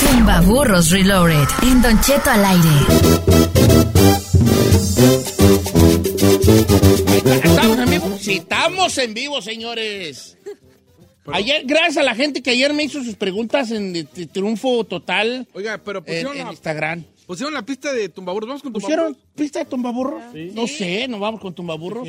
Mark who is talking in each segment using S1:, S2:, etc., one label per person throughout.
S1: Tumba Burros Reloaded. En Don Cheto al aire.
S2: Estamos en vivo. Sí, estamos en vivo, señores. Ayer, gracias a la gente que ayer me hizo sus preguntas en de- de Triunfo Total
S3: Oiga, pero
S2: en,
S3: pusieron,
S2: en
S3: la,
S2: Instagram.
S3: pusieron la pista de tumbaburros. Vamos con
S2: ¿Pusieron
S3: tumbaburros.
S2: pista de tumbaburros? No sé, nos vamos con tumbaburros.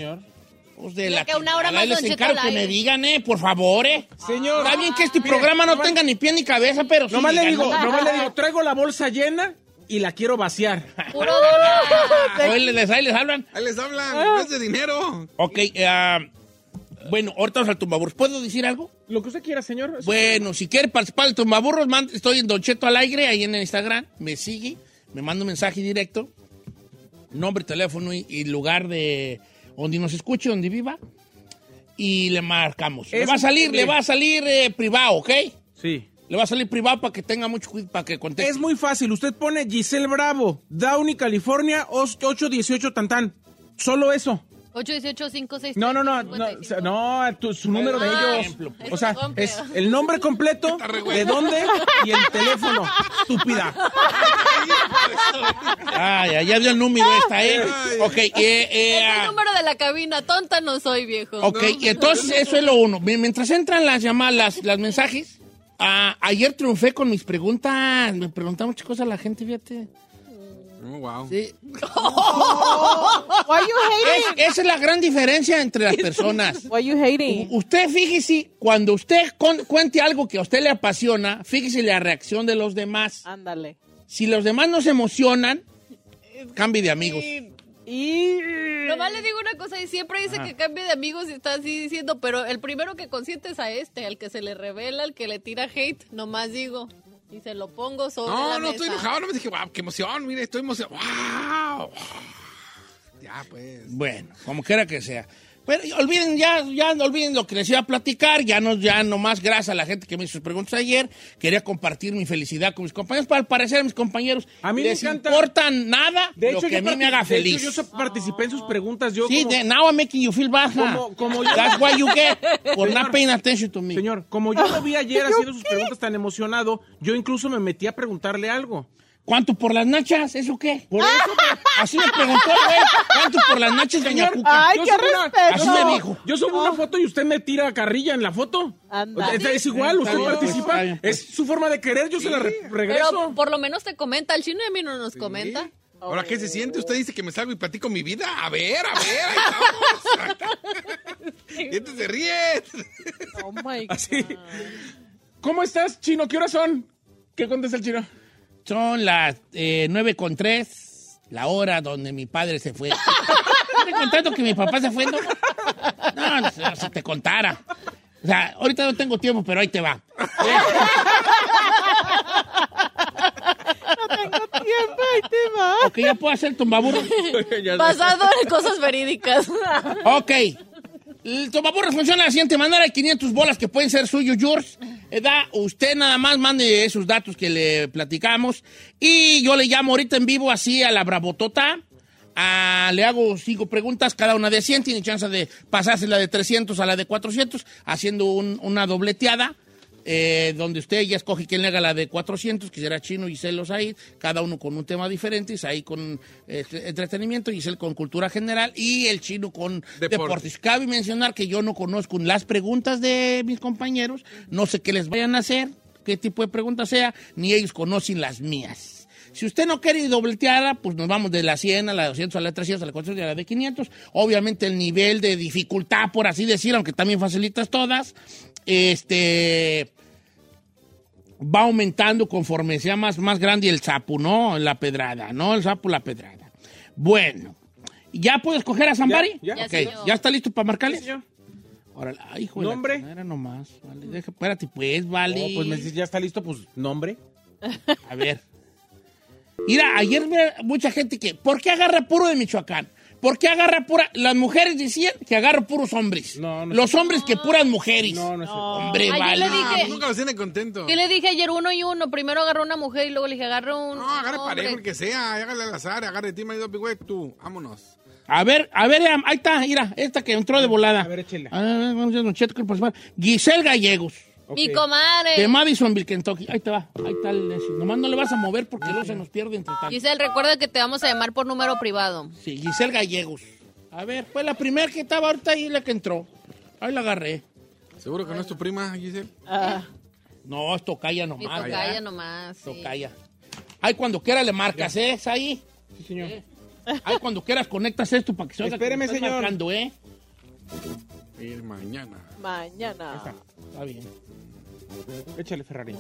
S2: Pues de la
S4: que una hora
S2: chingada,
S4: más,
S2: les
S4: Don Cheto,
S2: encargo
S4: al
S2: que me
S4: aire.
S2: digan, eh, por favor, eh.
S3: Señor.
S2: Está bien que este
S3: Mire,
S2: programa no
S3: nomás-
S2: tenga ni pie ni cabeza, pero sí
S3: Nomás le
S2: digan,
S3: digo,
S2: ¿no?
S3: nomás le digo, traigo la bolsa llena y la quiero vaciar.
S4: Puro dólar.
S2: Ahí les, ahí les hablan.
S3: Ahí les hablan, Ah,
S2: Ah.
S3: no es de dinero.
S2: Ok, ah, bueno, ahorita vamos al tumbaburros. ¿Puedo decir algo?
S3: Lo que usted quiera, señor.
S2: Bueno, si quiere participar del tumbaburros, man- estoy en Don Cheto al aire, ahí en el Instagram. Me sigue, me manda un mensaje directo. Nombre, teléfono y, y lugar de donde nos escuche, donde viva. Y le marcamos. le
S3: Es-
S2: va a salir,
S3: mire.
S2: le va a salir eh, privado, ¿ok?
S3: Sí.
S2: Le va a salir privado para que tenga mucho cuidado, para que conteste.
S3: Es muy fácil. Usted pone Giselle Bravo, Downey, California, 818 Tantán. Solo eso.
S4: 818
S2: Este,
S4: 563
S3: No, no, no, no, o sea, no tu- su número de
S2: Ah,
S3: ellos.
S2: ejemplo,
S3: O sea,
S4: hombre.
S3: es el nombre completo, de dónde y el teléfono. Estúpida.
S2: Ah, ya, ya dio el número esta, ¿eh? Ok, eh, eh,
S4: Es
S2: ah,
S4: el número de la cabina, tonta no soy, viejo.
S2: Ok, y entonces eso es lo uno. M- Mientras entran las llamadas, las, las mensajes, ah, ayer triunfé con mis preguntas. Me preguntaba muchas cosas la gente, fíjate.
S3: Oh, wow.
S2: Sí.
S5: Oh.
S2: Es- esa es la gran diferencia entre las personas.
S5: Why you hating?
S2: U- Usted fíjese, cuando usted con- cuente algo que a usted le apasiona, fíjese la reacción de los demás.
S5: Ándale.
S2: Si los demás no se emocionan, cambie de amigos.
S5: Y...
S4: Nomás le digo una cosa, y siempre dice que cambie de amigos y está así diciendo, pero el primero que consiente es a este, al que se le revela, al que le tira hate, nomás digo. Y se lo pongo sobre la
S3: No, no
S4: mesa.
S3: estoy enojado, no me dije, wow, qué emoción, mire, estoy emocionado. Wow. Ya, pues.
S2: Bueno, como quiera que sea. Pero y olviden ya, ya no olviden lo que les iba a platicar, ya no, ya nomás gracias a la gente que me hizo sus preguntas ayer, quería compartir mi felicidad con mis compañeros, para al parecer a mis compañeros
S3: A mí me
S2: les
S3: encanta-
S2: importa nada
S3: De
S2: lo
S3: hecho,
S2: que a
S3: yo
S2: mí
S3: parti-
S2: me haga
S3: de hecho,
S2: feliz.
S3: yo so- participé en sus preguntas. Yo
S2: sí,
S3: como-
S2: de- now I'm making you feel bad. huh?
S3: Como- como yo-
S2: That's why you get for not paying attention to me. Ah.
S3: Señor, como yo lo vi ayer haciendo sus preguntas tan emocionado, yo incluso me metí a preguntarle algo.
S2: ¿Cuánto por las nachas? ¿Eso qué? Ah.
S3: Por eso, pero-
S2: Así me preguntó, güey. ¿Cuánto por las nachas, doña
S3: señor,
S2: Cuca?
S5: Ay,
S3: yo
S5: qué
S3: subo una-
S5: respeto.
S3: yo subo-
S2: Así me dijo.
S3: Yo subo una foto y usted me tira carrilla en la foto.
S5: Anda.
S3: Es, es igual, usted
S2: Está bien, pues,
S3: participa.
S2: está bien, pues.
S3: Es su forma de querer, yo se la re- regreso.
S4: Pero por lo menos te comenta, el chino de mí no nos comenta.
S6: Ahora, ¿qué se siente? Usted dice que me salgo y platico mi vida. A ver, a ver, ahí vamos. y este se ríe.
S5: Oh my God.
S3: Así. ¿Cómo estás, chino? ¿Qué horas son? ¿Qué contesta el chino?
S2: Son las eh, 9 con tres, la hora donde mi padre se fue. ¿Te contando que mi papá se fue? No, no, no, si te contara. O sea, ahorita no tengo tiempo, pero ahí te va.
S5: Tiempo, ahí te va.
S2: Ok, ya puedo hacer tumbaburro.
S4: Basado en cosas verídicas.
S2: Ok. El tomaburro funciona de la siguiente manera. Hay 500 bolas que pueden ser suyos, yours. Eh, da, usted nada más mande esos datos que le platicamos. Y yo le llamo ahorita en vivo así a la bravotota. Ah, le hago cinco preguntas, cada una de 100. Tiene chance de pasarse la de 300 a la de 400, haciendo un- una dobleteada. eh, donde usted ya escoge quién le haga la de 400, que será Chino y Celos ahí, cada uno con un tema diferente, ahí con eh, entretenimiento, Giselle con cultura general y el Chino con
S6: Deportes.
S2: deportes. Cabe mencionar que yo no conozco las preguntas de mis compañeros, no sé qué les vayan a hacer, qué tipo de preguntas sea, ni ellos conocen las mías. Si usted no quiere dobletearla, pues nos vamos de la 100 a la 200, a la 300, a la 400 y a la de 500. Obviamente el nivel de dificultad, por así decir, aunque también facilitas todas, este va aumentando conforme sea más, más grande el sapo, ¿no? La pedrada, ¿no? El sapo, la pedrada. Bueno, ¿ya puedo escoger a Zambari?
S3: Ya,
S4: ya.
S2: Ok,
S4: Ya, señor.
S2: ¿ya está listo para marcarles?
S3: señor.
S2: Órale, ay, hijo de la
S3: Nombre.
S2: canara nomás. Vale, deja, espérate, pues, vale.
S3: Oh, pues me dices, ya está listo, pues nombre.
S2: A ver. Mira, ayer vi mucha gente que, ¿por qué agarra puro de Michoacán? ¿Por qué agarra pura? Las mujeres decían que agarra puros hombres.
S3: No, no.
S2: Los hombres que puras mujeres.
S3: No, no sé.
S2: Hombre,
S4: Ay, yo
S2: vale.
S4: le dije-
S6: Ah, pues nunca los tiene contento.
S4: Yo le dije ayer uno y uno. Primero agarró una mujer y luego le dije agarró un.
S6: No, agarre
S4: hombre.
S6: parejo el que sea, hágale al azar, agarre ti, marido, güey, tú, vámonos.
S2: A ver, a ver, am, ahí está, mira, esta que entró de volada.
S3: A ver, échela.
S2: A ver, vamos a hacer un cheto que por favor. Giselle Gallegos,
S4: Mi
S3: Ok.
S2: de
S4: comadre.
S2: Madisonville, Kentucky. Ahí te va, ahí está el... ese. Nomás no le vas a mover porque luego se nos pierde entre tanto.
S4: Giselle, recuerda que te vamos a llamar por número privado.
S2: Sí, Giselle Gallegos. A ver, fue la primera que estaba ahorita ahí la que entró. Ahí la agarré.
S6: Seguro que no es tu prima, Giselle.
S2: No, esto calla
S4: Eh, Mi
S2: Ah. nomás.
S4: Ah. tocaya
S2: ¿verdad?
S4: nomás. sí.
S2: Tocaya. Ay, cuando quieras le marcas, ¿eh? ¿Es ahí?
S3: Sí, señor.
S2: Ay, cuando quieras conectas esto para que se oiga que
S3: Espéreme,
S2: me estás
S3: señor.
S2: marcando, ¿eh?
S6: Ir mañana.
S5: Mañana.
S2: Está bien.
S3: Échale, Ferrari.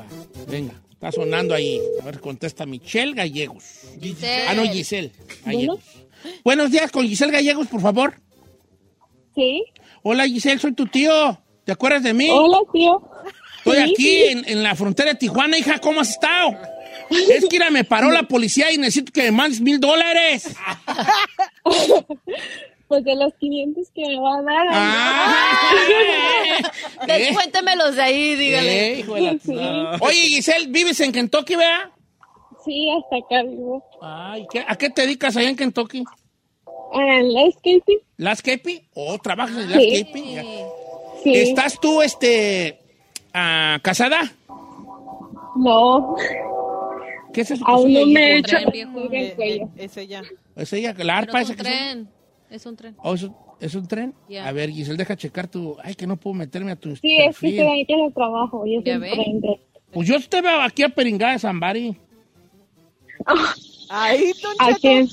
S2: Venga, está sonando ahí. A ver, contesta Michelle Gallegos.
S4: Giselle.
S2: Ah, no, Giselle Gallegos. Buenos días con Giselle Gallegos, por favor.
S7: Sí.
S2: Hola, Giselle, soy tu tío. ¿Te acuerdas de mí?
S7: Hola, tío.
S2: Estoy
S7: Sí,
S2: aquí
S7: sí.
S2: en, en la frontera de Tijuana, hija, ¿cómo has estado? Es que mira, me paró la policía y necesito que me mandes mil dólares.
S7: Pues de los 500 que me va a dar.
S2: Ah. Eh,
S4: Descuéntemelos de ahí, dígale.
S2: eh, hijo de la-
S7: Sí,
S2: Oye, Giselle, vives en Kentucky, ¿verdad?
S7: sí, hasta acá vivo.
S2: Ay, ¿qué- ¿a qué te dedicas allá en Kentucky?
S7: Ah, la skating,
S2: ¿Landscaping? ¿O trabajas en
S7: Sí.
S2: landscaping? Ya.
S7: sí.
S2: ¿Estás tú, este, ah, casada?
S7: No,
S2: ¿Qué es eso? que
S7: aún
S2: suena
S7: no
S2: ahí?
S7: me he hecho
S4: tren, viejo.
S7: el cuello.
S5: Ese ya.
S2: ¿Es ella, la
S4: Pero
S2: arpa
S4: es
S2: esa
S4: un
S2: que Oh, suena?
S4: tren. Es un tren.
S2: ¿O es un, es un tren?
S4: Ya.
S2: A ver, Giselle, deja checar tu... Ay, que no puedo meterme a tu
S7: Sí, es que
S2: perfil.
S7: estoy ahorita en el trabajo. Yo
S4: Ya
S7: siempre
S4: ve.
S7: entro.
S2: Pues yo te veo aquí a Peringada de Zambari.
S5: Ahí, Don
S7: ¿A
S5: Cheto.
S7: quién?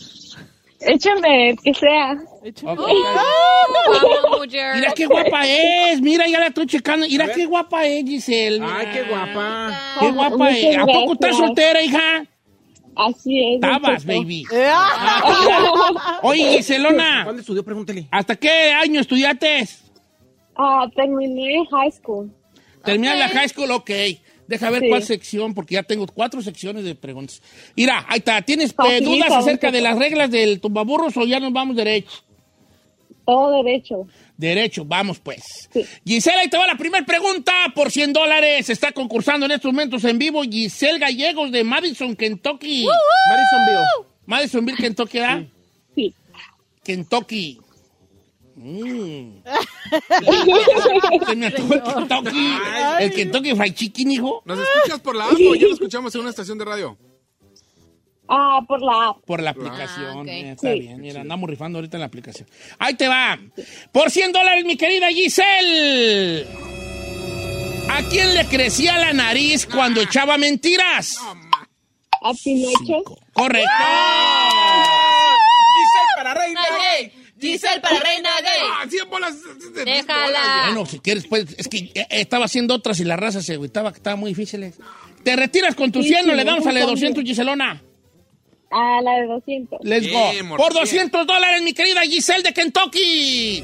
S7: Échame, el que sea.
S5: Échale.
S2: Ok.
S4: Vamos, mujer.
S2: Mira qué guapa es, mira, ya la estoy checando. Mira qué guapa es, Giselle. mira.
S3: Ay, qué guapa.
S2: Qué guapa
S7: Ah, Muchas
S2: es. ¿A poco
S7: gracias.
S2: estás soltera, hija?
S7: Así es. don
S2: Estabas,
S7: Cheto.
S2: baby. Ah,
S5: Eh, ah,
S2: Oye, Giselona,
S3: ¿Cuándo estudió? Pregúntale.
S2: ¿hasta qué año estudiaste?
S7: Ah, terminé high school.
S2: Termina
S4: Ok.
S2: la high school, ok. Deja ver
S7: Sí.
S2: cuál sección, porque ya tengo cuatro secciones de preguntas. Mira, ahí está. ¿Tienes eh,
S7: Facilita,
S2: dudas
S7: don
S2: acerca de
S7: Cheto.
S2: las reglas del tumbaburros o ya nos vamos derecho?
S7: Todo derecho.
S2: Derecho, vamos pues.
S7: Sí.
S2: Gisela, ahí te va la primera pregunta por 100 dólares. Está concursando en estos momentos en vivo Giselle Gallegos de Madison, Kentucky.
S3: Madisonville.
S2: Madisonville, Kentucky, ¿verdad?
S7: Sí.
S2: Kentucky. Mm. Se me antojó el Kentucky. El Kentucky Fried Chicken, hijo.
S6: ¿Nos escuchas por la app o ya lo escuchamos en una estación de radio?
S7: Ah, por la app.
S2: Por la aplicación.
S4: Ah, ok.
S2: eh, Está
S7: Sí.
S2: bien, mira, andamos rifando ahorita en la aplicación. Ahí te va. Por 100 dólares, mi querida Giselle. ¿A quién le crecía la nariz cuando echaba mentiras?
S7: A Pinocho.
S2: Correcto.
S3: Giselle para reina.
S4: Ay, gay. Giselle para reina gay.
S6: ¡Ah, 100 bolas!
S4: Déjala.
S2: Bueno, si quieres, pues, es que eh, estaba haciendo otras y la raza se agüitaba que estaban muy difíciles. ¿Te retiras con tu
S7: Sí,
S2: 100 o
S7: sí,
S2: le damos a la de
S7: un cambio.
S2: 200, Giselona?
S7: A la de 200.
S2: Let's go.
S6: Bien,
S2: Por
S6: Mortier.
S2: 200 dólares, mi querida Giselle de Kentucky.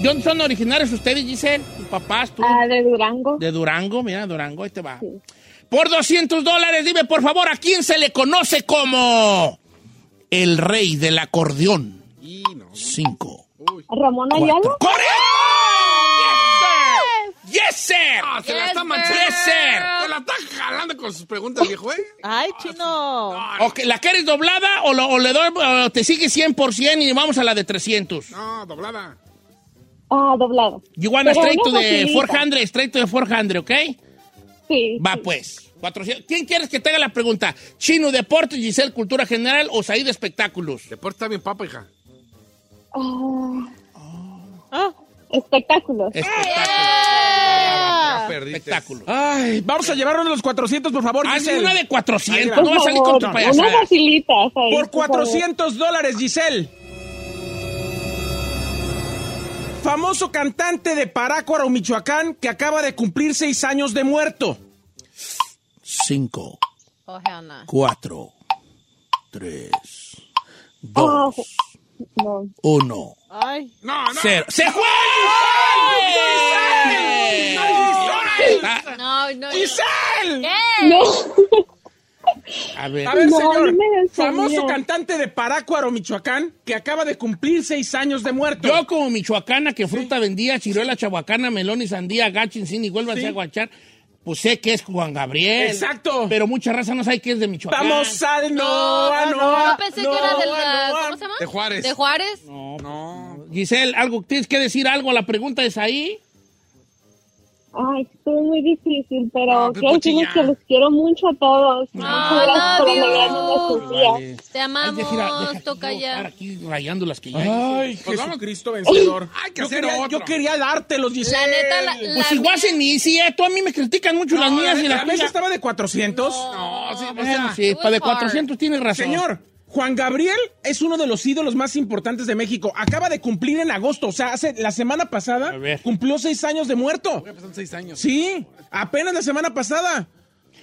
S2: ¿De dónde son originarios ustedes, Giselle? ¿Tus papás, tú?
S7: A Ah, de Durango.
S2: De Durango, mira, Durango, ahí te va. Por 200 dólares, dime por favor, ¿a quién se le conoce como el rey del acordeón?
S6: Y no.
S2: 5.
S7: Ramón Ayala.
S2: ¡Correcto! ¡Yes, sir!
S6: Ah, se la
S4: Yes,
S6: está manchando.
S2: girl.
S6: Se la está jalando con sus preguntas, viejo, ¿eh? Ah,
S5: Ay, chino.
S2: Ok, ¿La quieres doblada o, lo- o le doy, o te sigue 100% y vamos a la de 300?
S6: No, doblada.
S7: Ah, doblado.
S2: You want a
S7: Pero
S2: straight
S7: no
S2: to the
S7: facilita.
S2: 400, straight to the 400, ¿ok?
S7: Sí.
S2: Va pues. 400. ¿Quién quieres que te haga la pregunta? ¿Chino, deporte, Giselle, cultura general o Saí de espectáculos?
S6: Deporte está bien papa, hija.
S7: Ah,
S5: Ah,
S7: espectáculos.
S2: Espectáculos.
S6: Ya perdiste.
S2: espectáculos.
S3: Ah. Ay, vamos a llevarnos los 400, por favor,
S2: Haz
S3: Giselle.
S2: Ah, una de 400.
S3: Ahí
S2: No vas a salir con tu
S7: Por favor,
S2: payasada.
S7: Unas facilitas ahí,
S3: Por
S7: favor.
S3: 400 dólares, Giselle. Famoso cantante de Parácuaro, Michoacán, que acaba de cumplir seis años de muerto.
S2: 5,
S4: Oh, hell no.
S2: 4, 3,
S7: Ah,
S2: 2,
S7: no.
S2: 1,
S5: ay.
S2: 0. ¡Se fue! Está-
S4: No, no.
S3: ¡Giselle!
S4: ¿Qué?
S7: No,
S2: A ver,
S3: A ver,
S7: No,
S3: señor.
S7: no me lo sabía.
S3: Famoso cantante de Parácuaro, Michoacán, que acaba de cumplir seis años de muerto.
S2: yo como michoacana que fruta vendía, ciruela, chahuacana, melón y sandía, gachin, sin y vuelvan
S3: Sí.
S2: a guachar, pues sé que es Juan Gabriel.
S3: Exacto.
S2: Pero mucha raza no sabe que es de Michoacán.
S3: Vamos al Noa, Noa,
S4: Yo pensé que era de la.
S3: Noa,
S4: ¿Cómo se llama?
S6: De Juárez.
S4: De Juárez.
S2: Giselle, algo, ¿tienes que decir algo a la pregunta de ahí?
S7: Ay, estuvo muy difícil, pero
S6: No, pues,
S7: quiero decirles
S6: puchiña.
S7: que los quiero mucho a todos. Muchas gracias por
S4: love you.
S7: alegrarme de sus días.
S4: Te amamos, toca
S2: Estar
S4: ya.
S2: aquí rayando las que ya hice. Pues
S3: Ay, Jesucristo vencedor.
S6: Hay que
S3: Yo
S6: hacer
S3: quería,
S6: otro.
S3: yo quería dártelos,
S4: La
S3: Giselle.
S4: neta, la. la
S2: Pues igual se ni si, eh, tú a mí me critican mucho las mías y
S3: La
S2: las
S3: mesa
S2: tuyas.
S3: estaba de 400.
S6: No, sí, o
S2: Bueno,
S6: sea,
S2: sí,
S4: It was
S2: para de
S4: hard.
S2: 400 tienes razón.
S3: Señor, Juan Gabriel es uno de los ídolos más importantes de México. Acaba de cumplir en agosto, o sea, hace la semana pasada
S2: A ver.
S3: cumplió seis años de muerto.
S6: ya pasaron seis años.
S3: Sí, apenas la semana pasada.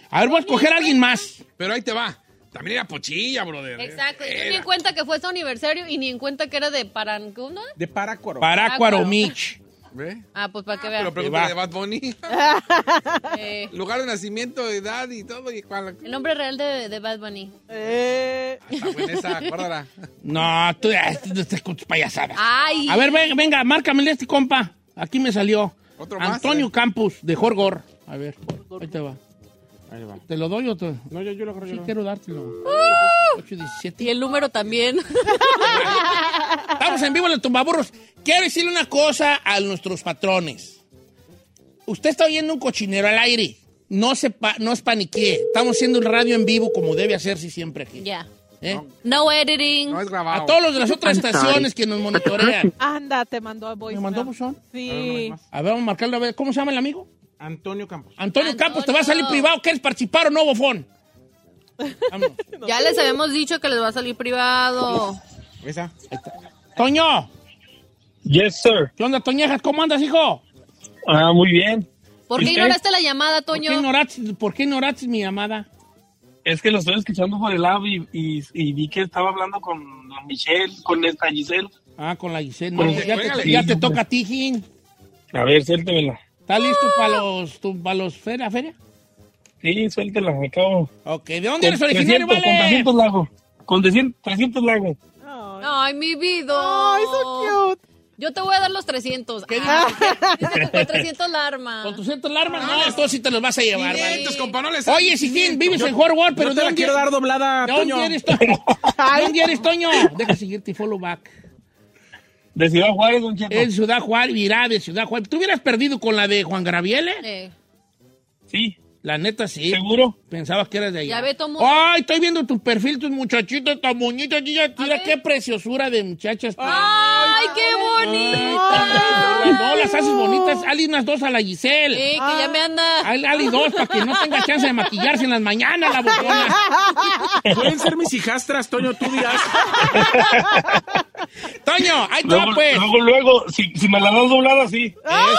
S2: A ver, voy a escoger a alguien más.
S6: Pero ahí te va. También era pochilla, brother.
S4: Exacto. Yo ni en
S6: Era.
S4: cuenta que fue su aniversario y ni en cuenta que era de Parancuna.
S3: De Parácuaro.
S2: Parácuaro
S4: Parácuaro.
S2: Mich.
S6: ¿Ve?
S4: Ah, pues para que
S6: Pero
S4: vean.
S6: pregúntale
S2: va.
S6: de Bad Bunny.
S4: Eh,
S6: Lugar de nacimiento, edad y todo. Y cuál. Ah,
S4: el nombre real de, de Bad Bunny.
S5: Eh,
S6: Está buena esa, acuérdala.
S2: No, tú eh, tú estás con tus payasadas.
S4: Ay.
S2: A ver, venga, venga, márcamele a este compa. Aquí me salió.
S6: Otro más,
S2: Antonio
S6: eh.
S2: Campos, de Jorgor. A ver, ahí te va. ¿Te lo doy o te...?
S3: No, yo, yo lo creo.
S2: Sí, quiero dártelo. 8, 17.
S4: ¡Uh! Y el número también.
S2: Estamos en vivo en el Tumbaburros. Quiero decirle una cosa a nuestros patrones. Usted está oyendo un cochinero al aire. No se pa- no es paniquee. Estamos haciendo un radio en vivo como debe hacerse siempre aquí.
S4: Ya.
S2: ¿eh?
S4: No editing.
S6: No es grabado.
S2: A todos los de las otras estaciones que nos monitorean.
S5: anda, te mandó a voice.
S2: ¿Me mandó
S5: now.
S2: buzón?
S5: Sí.
S2: A ver, vamos a marcarlo a ver. ¿Cómo se llama el amigo?
S3: Antonio Campos.
S2: Antonio,
S4: Antonio.
S2: Campos, te va a salir privado. ¿Quieres participar o no, bofón? Vamos.
S4: Ya les habíamos dicho que les va a salir privado.
S3: Esa.
S2: Toño,
S8: Yes, sir.
S2: ¿qué onda, Toñejas? ¿Cómo andas, hijo?
S8: Ah, muy bien.
S4: ¿Por qué
S8: ¿Y
S4: ignoraste la llamada,
S2: ¿Por qué
S4: Toño?
S2: ignoraste, por qué ignoraste mi llamada?
S8: Es que lo estoy escuchando por el lado y, y, y vi que estaba hablando con la Michelle, con esta Giselle.
S2: Ah, con la Giselle.
S8: Pues,
S2: No, ya, te,
S6: juégale.
S2: ya te toca a ti, Jin.
S8: A ver, suéltemela.
S2: ¿Está listo
S4: Ah.
S2: para los, tu- para los feria, feria?
S8: Sí, suéltela, me acabo.
S2: Ok, ¿de dónde eres
S8: Con 300,
S2: originario,
S8: Con
S2: vale?
S8: 300 lagos. Con 300, 300 lagos.
S4: Ay, mi vida.
S5: Ay, so cute.
S4: Yo te voy a dar los 300. ¿Qué Dice que fue 300 la arma. Ah,
S2: Con tus cientos larmas, no, estos sí te los vas a llevar, vale.
S6: 500, compa, no les
S2: Oye, si Jin, vives en Horward,
S3: Pero
S2: pero ¿de
S3: te la
S2: dónde,
S3: quiero dar doblada,
S2: ¿de dónde
S3: Toño.
S2: eres, Toño? ¿De dónde eres, Toño? Deja seguirte y follow back.
S8: De Ciudad Juárez, don Cheto.
S2: En Ciudad Juárez, virá de Ciudad Juárez. ¿Tú hubieras perdido con la de Juan Graviel, eh?
S4: Eh,
S8: Sí,
S2: La neta, sí.
S8: seguro.
S2: Pensabas que eras de allá.
S4: Ya ve, Tomo.
S2: Ay, estoy viendo tu perfil, tus muchachitos tan bonitos. Mira, mira
S4: ver.
S2: qué preciosura de muchachas.
S4: Ay, qué bonita.
S2: Ay, no, las haces bonitas. Hale unas dos a la Giselle.
S4: Eh, que ya me anda.
S2: Hale hale dos para que no tenga chance de maquillarse en las mañanas, la botona.
S3: Pueden ser mis hijastras, Toño, tú dirás.
S2: Toño, ahí te va,
S8: Luego,
S2: pues.
S8: luego, luego, si, si me la das doblada, sí.
S4: ¡Ah!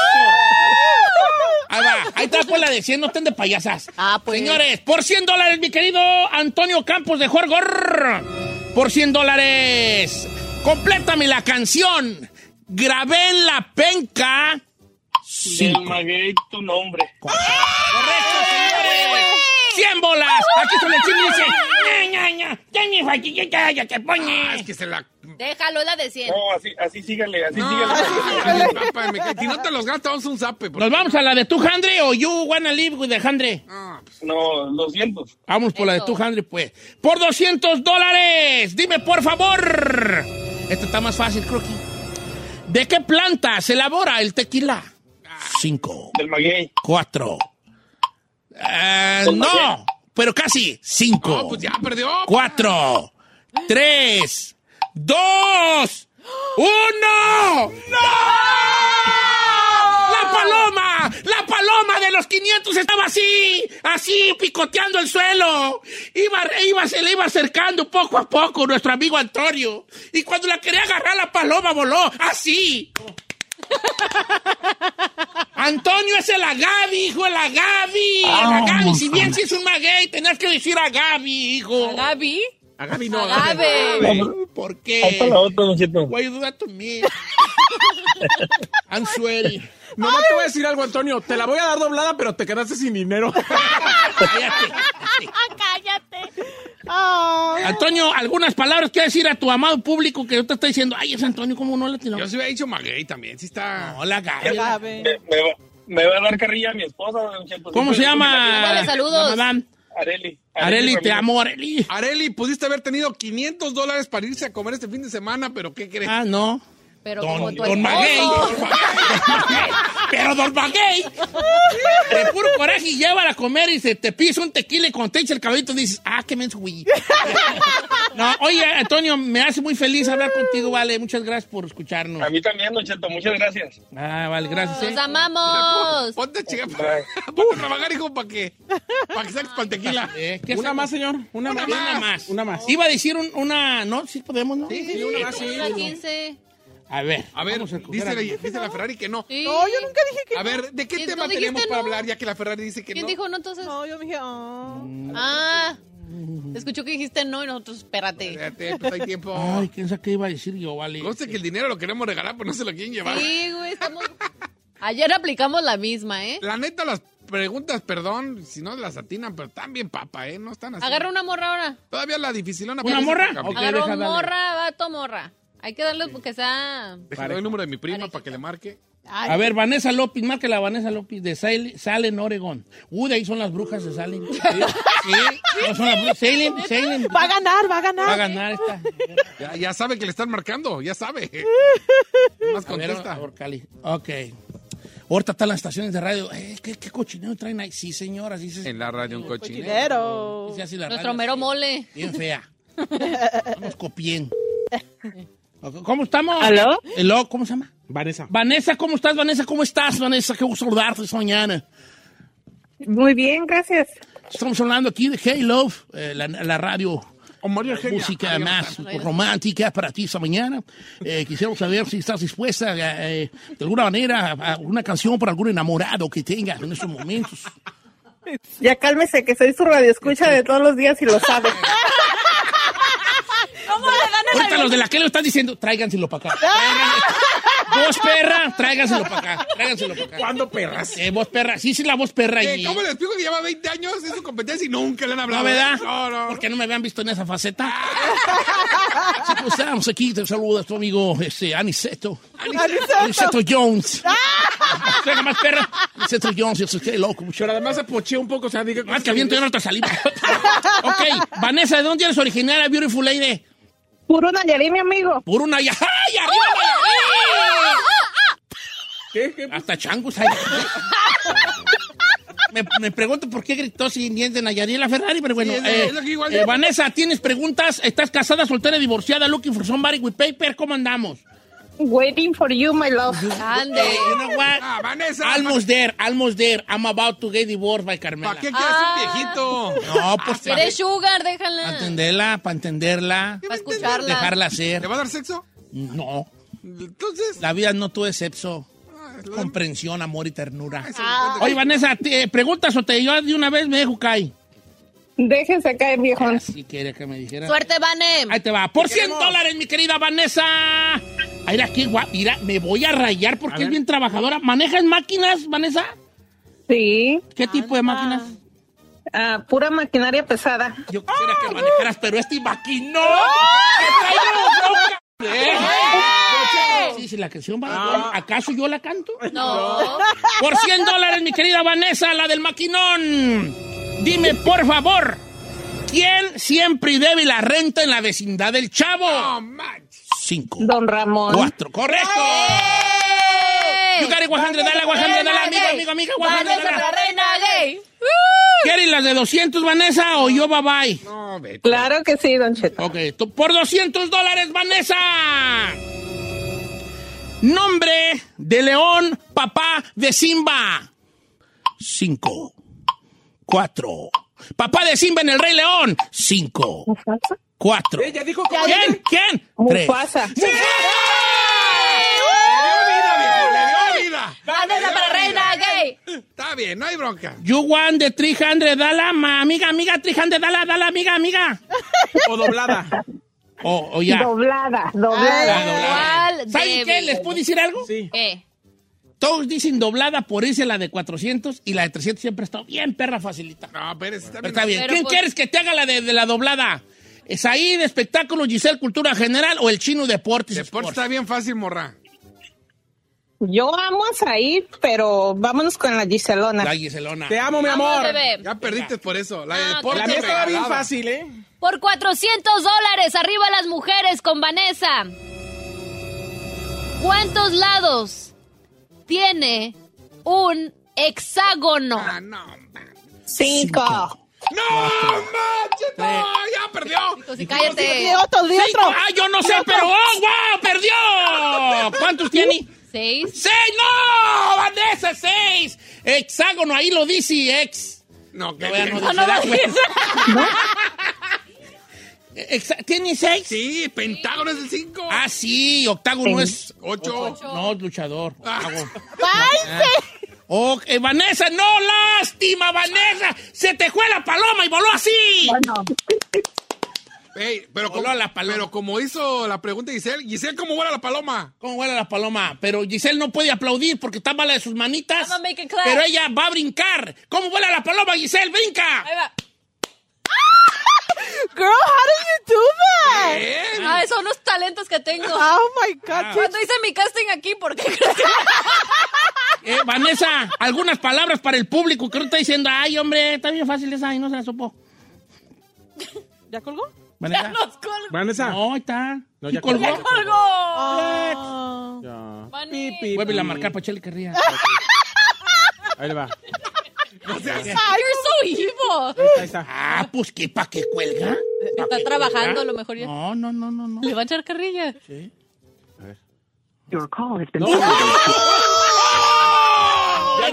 S2: Ahí va, ahí está pues la de 100, no estén de payasas.
S4: Ah, pues.
S2: Señores, por 100 dólares, mi querido Antonio Campos de Jorgor. Por 100 dólares. Complétame la canción. Grabé en la penca.
S8: Sí. Maguey, tu nombre.
S2: Correcto,
S4: ¡Eh!
S2: señores. 100 bolas. Aquí son el chisme dice. ña, ña, ña, ya ni fajillita, ya te
S6: Ah, es
S2: pone.
S6: que se la.
S4: Déjalo, la de 100.
S6: Oh,
S8: No, así, así sígale, así sígale.
S6: Ay, papá, me cae. Si no te los gastas, vamos a un zape. porque-
S2: Nos vamos a la de 200 o You Wanna Live with 100.
S6: Ah, pues,
S8: No, 200.
S2: Vamos por la de
S4: Eso.
S2: 200, pues. Por 200 dólares. Dime, por favor. Esto está más fácil, Croqui. ¿De qué planta se elabora el tequila? 5,
S8: Del Maguey.
S2: 4, Ah, no, pero casi. Cinco.
S6: No, pues ya perdió.
S2: Cuatro. Tres. Dos. Uno. ¡La paloma! ¡La paloma de los 500 estaba así! Así, picoteando el suelo. Iba, iba, se le iba acercando poco a poco nuestro amigo Antonio. Y cuando la quería agarrar, la paloma voló. Así. Antonio es el Agavi, hijo, el Agavi. El Agavi, si bien si es un maguey, tenías que decir Agavi, hijo.
S4: ¿Agavi?
S2: Agavi no.
S4: Agave.
S2: ¿Por
S8: Ahí está
S2: qué?
S8: la otra, don Cheto.
S2: Why you do that to me? I'm sweaty.
S3: No, te voy a decir algo, Antonio. Te la voy a dar doblada, pero te quedaste sin dinero.
S2: Cállate.
S5: ¡Cállate!
S2: Antonio, algunas palabras que decir a tu amado público que yo te está diciendo, ay, es Antonio, ¿cómo no le tiene?
S6: Yo sí había dicho Maguey también, sí está.
S2: Hola, Gaby.
S5: Agave.
S8: Me, me va, me va a dar carrilla a mi esposa, don Cheto. pues,
S2: ¿Cómo se
S8: Siempre-
S2: llama?
S4: Dale saludos.
S2: la madame?
S8: Areli.
S2: Areli, te
S8: Ramírez.
S2: amo, Areli.
S6: Areli, pudiste haber tenido 500 dólares para irse a comer este fin de semana, pero ¿qué crees?
S2: Ah, no.
S4: Pero como
S2: Don,
S4: tu
S2: don
S4: esposo.
S2: Maguey. Don Maguey. Pero Don Maguey. De puro coraje y llévala a comer y se te pisa un tequila y cuando te echa el cabellito dices, ah, qué menso, güey. No, oye, Antonio, me hace muy feliz hablar contigo, vale. Muchas gracias por escucharnos.
S8: A mí también, don Cheto. Muchas gracias.
S2: Ah, vale, gracias. ¿eh?
S4: ¡Nos amamos!
S6: Ponte a chingar para, ponte a trabajar, hijo, para que, para que saques pantequila.
S2: Eh, ¿qué
S3: Una
S2: hacemos?
S3: más, señor. Una,
S2: Una
S3: más.
S2: más. más.
S3: Una más.
S2: Iba a decir un- una, ¿no? Sí podemos, ¿no?
S3: Sí, una
S5: Ah,
S3: más. sí.
S4: Una 15.
S2: A ver.
S6: A ver,
S2: vamos
S6: dice
S2: escoger
S6: la,
S2: aquí.
S6: dice la Ferrari que no.
S4: Sí.
S5: No, yo nunca dije que.
S6: A ver, ¿de qué
S4: ¿Quién-
S6: tema
S4: no dijiste
S6: tenemos para
S4: no?
S6: hablar ya que la Ferrari dice que
S4: ¿Quién
S6: no?
S4: dijo no entonces?
S5: No, yo dije. ah.
S4: Ah, escuchó que dijiste no y nosotros, espérate.
S6: Espérate, pues hay tiempo.
S2: Ay, ¿quién sabe qué iba a decir yo, vale?
S6: Conste que el dinero lo queremos regalar, pero no se lo quieren llevar.
S4: Sí, güey, estamos... Ayer aplicamos la misma, ¿eh?
S6: La neta, las preguntas, perdón, si no las atinan, pero están bien papa, ¿eh? No están así.
S4: Agarra una morra ahora.
S6: Todavía la dificilona.
S2: ¿Una
S6: parece
S2: morra?
S6: que cambió.
S2: Ok.
S4: Agarra
S2: deja, dale.
S4: morra, vato, morra. Hay que darle porque sea...
S6: Déjame doy el número de mi prima
S4: Pareja.
S6: para que le marque.
S4: Ay,
S2: A ver, Vanessa López, márquela Vanessa López de Sal- Salem, Oregón. Uh, de ahí son las brujas de Salem. Sí, no son las brujas. Salem, Salem.
S5: Va a ganar, va a
S2: Va a
S5: ganar.
S2: ganar esta.
S6: Ya, ya sabe que le están marcando, ya sabe. Más
S2: A ver,
S6: contesta.
S2: por Cali. Ok. Ahorita están las estaciones de radio. Eh, ¿qué, ¿Qué cochinero traen ahí? Sí, señora, sí, sí.
S6: en la radio un cochinero.
S5: Dinero.
S2: sí, así la
S4: Nuestro
S2: radio,
S4: mero
S2: sí.
S4: mole.
S2: Bien fea. Vamos copien. ¿Cómo estamos?
S9: ¿Aló?
S2: Hello, ¿cómo se llama?
S3: Vanessa.
S2: Vanessa, ¿cómo estás, Vanessa? ¿Cómo estás, Vanessa? Qué gusto saludarte esta mañana.
S9: Muy bien, gracias.
S2: Estamos hablando aquí de Hey Love, eh, la, la radio.
S6: O María Eugenia.
S2: música
S6: María
S2: más romántica para ti esta mañana. Eh, quisiéramos saber si estás dispuesta, eh, de alguna manera, a a una canción para algún enamorado que tengas en estos momentos.
S9: Ya cálmese que soy su radioescucha de todos los días y lo sabe.
S4: ¿Cómo le dan
S2: Ahorita los de la que lo están diciendo, tráiganselo para acá. Tráiganle- Vos perra, tráiganselo para acá. Tráiganselo para acá.
S3: ¿Cuándo perras?
S2: Eh, voz perra, sí, sí, la voz perra.
S6: Eh,
S2: y-
S6: ¿Cómo le explico que lleva 20 años en su competencia y nunca le han hablado?
S2: No, ¿verdad?
S6: No, no.
S2: Porque no me habían visto en esa faceta.
S6: Ah,
S2: Sí, pues, estamos aquí, te saluda tu amigo este, Aniceto. Aniceto. Jones.
S9: Ah.
S2: Suena más perra. Aniceto Jones, yo soy qué loco.
S3: Pero además se pocheó un poco, o sea, diga.
S2: Más que aviento yo no te salimos. ok, Vanessa, ¿de dónde eres originaria, Beautiful Lady?
S9: Puro Nayarit, mi amigo.
S2: Por una... ¡Ay, arriba, Nayarit!
S3: ¿Qué? ¿Qué?
S2: Hasta changos hay. Me, me pregunto por qué gritó sin dientes Nayarit la Ferrari, pero bueno.
S6: Sí, es lo-
S2: eh,
S6: es lo que igual
S2: eh,
S6: digo.
S2: Vanessa, ¿tienes preguntas? ¿Estás casada, soltera, divorciada, looking for somebody with paper? ¿Cómo andamos?
S9: Waiting for you, my love.
S4: Ande.
S2: You know what?
S6: Ah, Vanessa.
S2: Almost there, almost there. I'm about to get divorced by Carmela.
S6: ¿Para qué Ah, quieres
S4: Ah.
S6: un viejito?
S2: No, pues para
S4: Eres sugar, déjala.
S2: entenderla, para entenderla,
S4: Para escucharla.
S2: dejarla
S6: ¿Le
S2: ser.
S6: va a dar sexo?
S2: No,
S6: Entonces.
S2: la vida no tuvo excepto
S6: ah, lo-
S2: comprensión, amor y ternura.
S6: se lo cuento.
S2: Oye, Vanessa, te- eh, ¿preguntas o te yo de una vez me dejo caer?
S9: Déjense caer, viejón.
S2: Así quería que me dijera.
S4: Suerte, Vanem.
S2: Ahí te va. Por 100
S3: queremos?
S2: dólares, mi querida Vanessa. Ay, Mira, qué guap. Mira, me voy a rayar porque es bien trabajadora. ¿Manejas máquinas, Vanessa?
S9: Sí.
S2: ¿Qué tipo de máquinas?
S9: Ah, pura maquinaria pesada.
S2: Yo quisiera que manejaras, pero este maquinón.
S7: ¡Oh!
S2: ¡Que trae una bronca! Sí, sí, la canción va.
S6: Ah.
S2: ¿Acaso yo la canto?
S4: No.
S2: Por 100 dólares, mi querida Vanessa, la del maquinón. Dime, por favor, ¿quién siempre debe la renta en la vecindad del
S6: No
S2: chavo?
S6: manches.
S2: Cinco.
S9: Don Ramón.
S2: Cuatro. ¡Correcto! You got it, 100, dale, 100, dale, amigo, amigo, amigo, 100,
S4: Vanessa,
S2: dale.
S4: la reina gay.
S2: ¿Quieres Uh. las de 200, Vanessa, o yo bye bye?
S9: Claro que sí, Don Cheto.
S2: Ok, tú- por 200 dólares, Vanessa. Nombre de León, papá de Simba. Cinco. Cuatro. Papá de Simba en el Rey León. Cinco. Cuatro.
S3: Ella dijo
S2: ¿Quién? ¿Quién? Tres.
S9: Mufasa.
S4: Ándale para reina gay.
S6: Está bien, no hay bronca.
S2: You want the 300 dala, ma. Amiga, amiga, 300 dala, dala, amiga, amiga.
S3: O doblada.
S2: O, o ya. Ah,
S9: Doblada,
S2: Ay,
S9: doblada.
S4: ¿Cuál
S2: ¿Saben qué? ¿Les puedo decir algo?
S3: Sí.
S4: ¿Qué?
S2: Todos dicen doblada por irse la de 400 y la de 300 siempre está bien perra facilita.
S6: No, pero está
S2: Pero
S6: bien.
S2: está bien.
S4: Pero
S2: ¿Quién
S4: pues-
S2: quieres que te haga la de, de la doblada? ¿Es ahí de espectáculo, Giselle Cultura General o el chino Deportes?
S6: Deporte
S2: Sports?
S6: está bien fácil, morra.
S9: Yo amo a Said, pero vámonos con la Giselona.
S2: La Giselona.
S3: Te amo, mi
S4: Vamos,
S3: amor.
S4: bebé.
S6: Ya perdiste por eso. La de
S4: Ah,
S6: deporte.
S3: La mía estaba bien
S6: regalada.
S3: fácil, ¿eh?
S4: Por 400 dólares, arriba las mujeres con Vanessa. ¿Cuántos lados tiene un hexágono?
S6: Ah, no, man.
S9: Cinco.
S6: ¡No, manches! ¡No! ¡Ya perdió!
S4: Pues sí, cállate.
S5: otro, di
S2: Cinco.
S5: otro.
S2: ¡Ah, yo no sé, pero ¡oh, wow! ¡Perdió! ¿Cuántos tiene?
S4: ¿Seis?
S2: ¡Seis! ¡No! ¡Vanessa, seis! Hexágono, ahí lo dice, ex.
S6: No, que
S2: Todavía no
S4: Ah,
S6: bien.
S2: se da cuenta. Eh, Exa- ¿Tiene seis?
S6: Sí, Pentágono es el 5.
S2: Ah, sí, octágono es...
S6: 8.
S2: No, es luchador.
S6: Ah.
S2: octágono.
S5: ¡Váyase!
S2: Oh, eh, Vanessa, no, lástima, Vanessa. Se te fue la paloma y voló así.
S6: pero,
S2: Voló
S6: como,
S2: la paloma.
S6: pero como hizo la pregunta Giselle, Giselle, ¿cómo vuela la paloma?
S2: ¿Cómo huele la paloma? Pero Giselle no puede aplaudir porque está mala de sus manitas.
S4: I'ma Ah, make a clap.
S2: Pero ella va a brincar. ¿Cómo huele la paloma, Giselle? ¡Brinca!
S4: Ahí va.
S5: Girl, how do you do that?
S6: Bien.
S4: Ah, son los talentos que tengo.
S5: Oh my God.
S4: Cuando hice mi casting aquí, ¿por qué crees que-
S2: Eh, Vanessa, algunas palabras para el público que no está diciendo, ay, hombre, está bien fácil esa y no se la supo.
S5: ¿Ya colgó?
S2: Vanessa.
S4: nos colgó?
S3: Vanessa.
S2: No, ahí está.
S3: No,
S2: Sí
S3: ya
S2: colgó.
S3: colgó. Ah.
S4: ¡Colgó!
S3: Ya.
S4: Vane.
S3: Pi, pi,
S2: Vuelve a
S3: pi.
S2: marcar para Chely que ría.
S3: Ahí le va. Ahí
S4: You're so evil.
S3: está, ahí está.
S2: Ah, pues qué, ¿para qué cuelga? ¿Pa'
S4: Está
S2: qué
S4: trabajando,
S2: cuelga?
S4: a lo mejor ya.
S2: No, no, no, no, no.
S4: ¿Le va a echar carrilla?
S3: Ya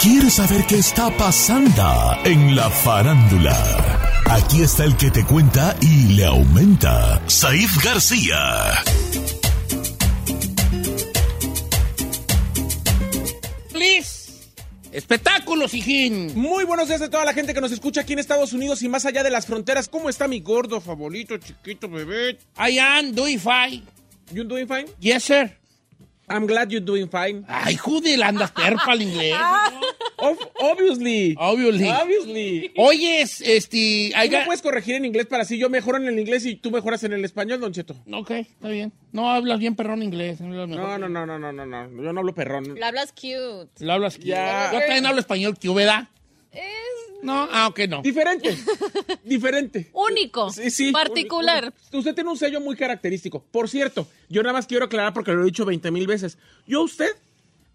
S10: ¿Quieres saber qué está pasando en la farándula? Aquí está el que te cuenta y le aumenta, Saif García.
S2: Liz, espectáculos, hijín.
S3: Muy buenos días a toda la gente que nos escucha aquí en Estados Unidos y más allá de las fronteras. ¿Cómo está mi gordo, favorito, chiquito, bebé?
S2: I am doing fine.
S3: You doing fine?
S2: Yes, sir.
S3: I'm glad you're doing fine.
S2: Ay, Judy, andas terpa al inglés.
S3: Ob- obviously.
S2: Obviously.
S3: Obviously.
S2: Oye, este... I
S3: ¿Tú me
S2: got-
S3: puedes corregir en inglés para así yo mejoro en el inglés y tú mejoras en el español, Don Cheto?
S2: Ok, está bien. No hablas bien perrón inglés. hablas mejor.
S3: No, no, no, no, no, no, no. Yo no hablo perrón.
S4: La hablas cute.
S2: Lo hablas que-
S3: Ya.
S2: Yo también hablo español, que ¿verdad?
S4: Es
S2: No, ah, ok, no.
S3: Diferente. Diferente.
S4: único.
S3: Sí, sí.
S4: Particular.
S3: Usted tiene un sello muy característico. Por cierto, yo nada más quiero aclarar porque lo he dicho 20 mil veces. Yo a usted,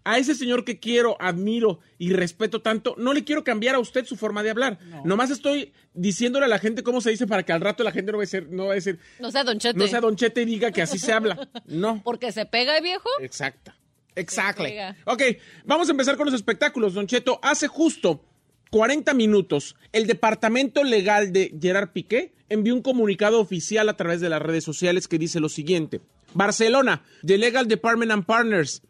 S3: a ese señor que quiero, admiro y respeto tanto, no le quiero cambiar a usted su forma de hablar. Nomás estoy diciéndole a la gente cómo se dice para que al rato la gente no va a decir, no va a decir,
S4: No sea Don Chete.
S3: no sea Don Chete y diga que así se habla. No.
S4: Porque se pega, viejo.
S3: Exacta. Exacto.
S4: pega.
S3: Ok, vamos a empezar con los espectáculos, Don Cheto. Hace justo 40 minutos, el departamento legal de Gerard Piqué envió un comunicado oficial a través de las redes sociales que dice lo siguiente. Barcelona, The Legal Department and Partners,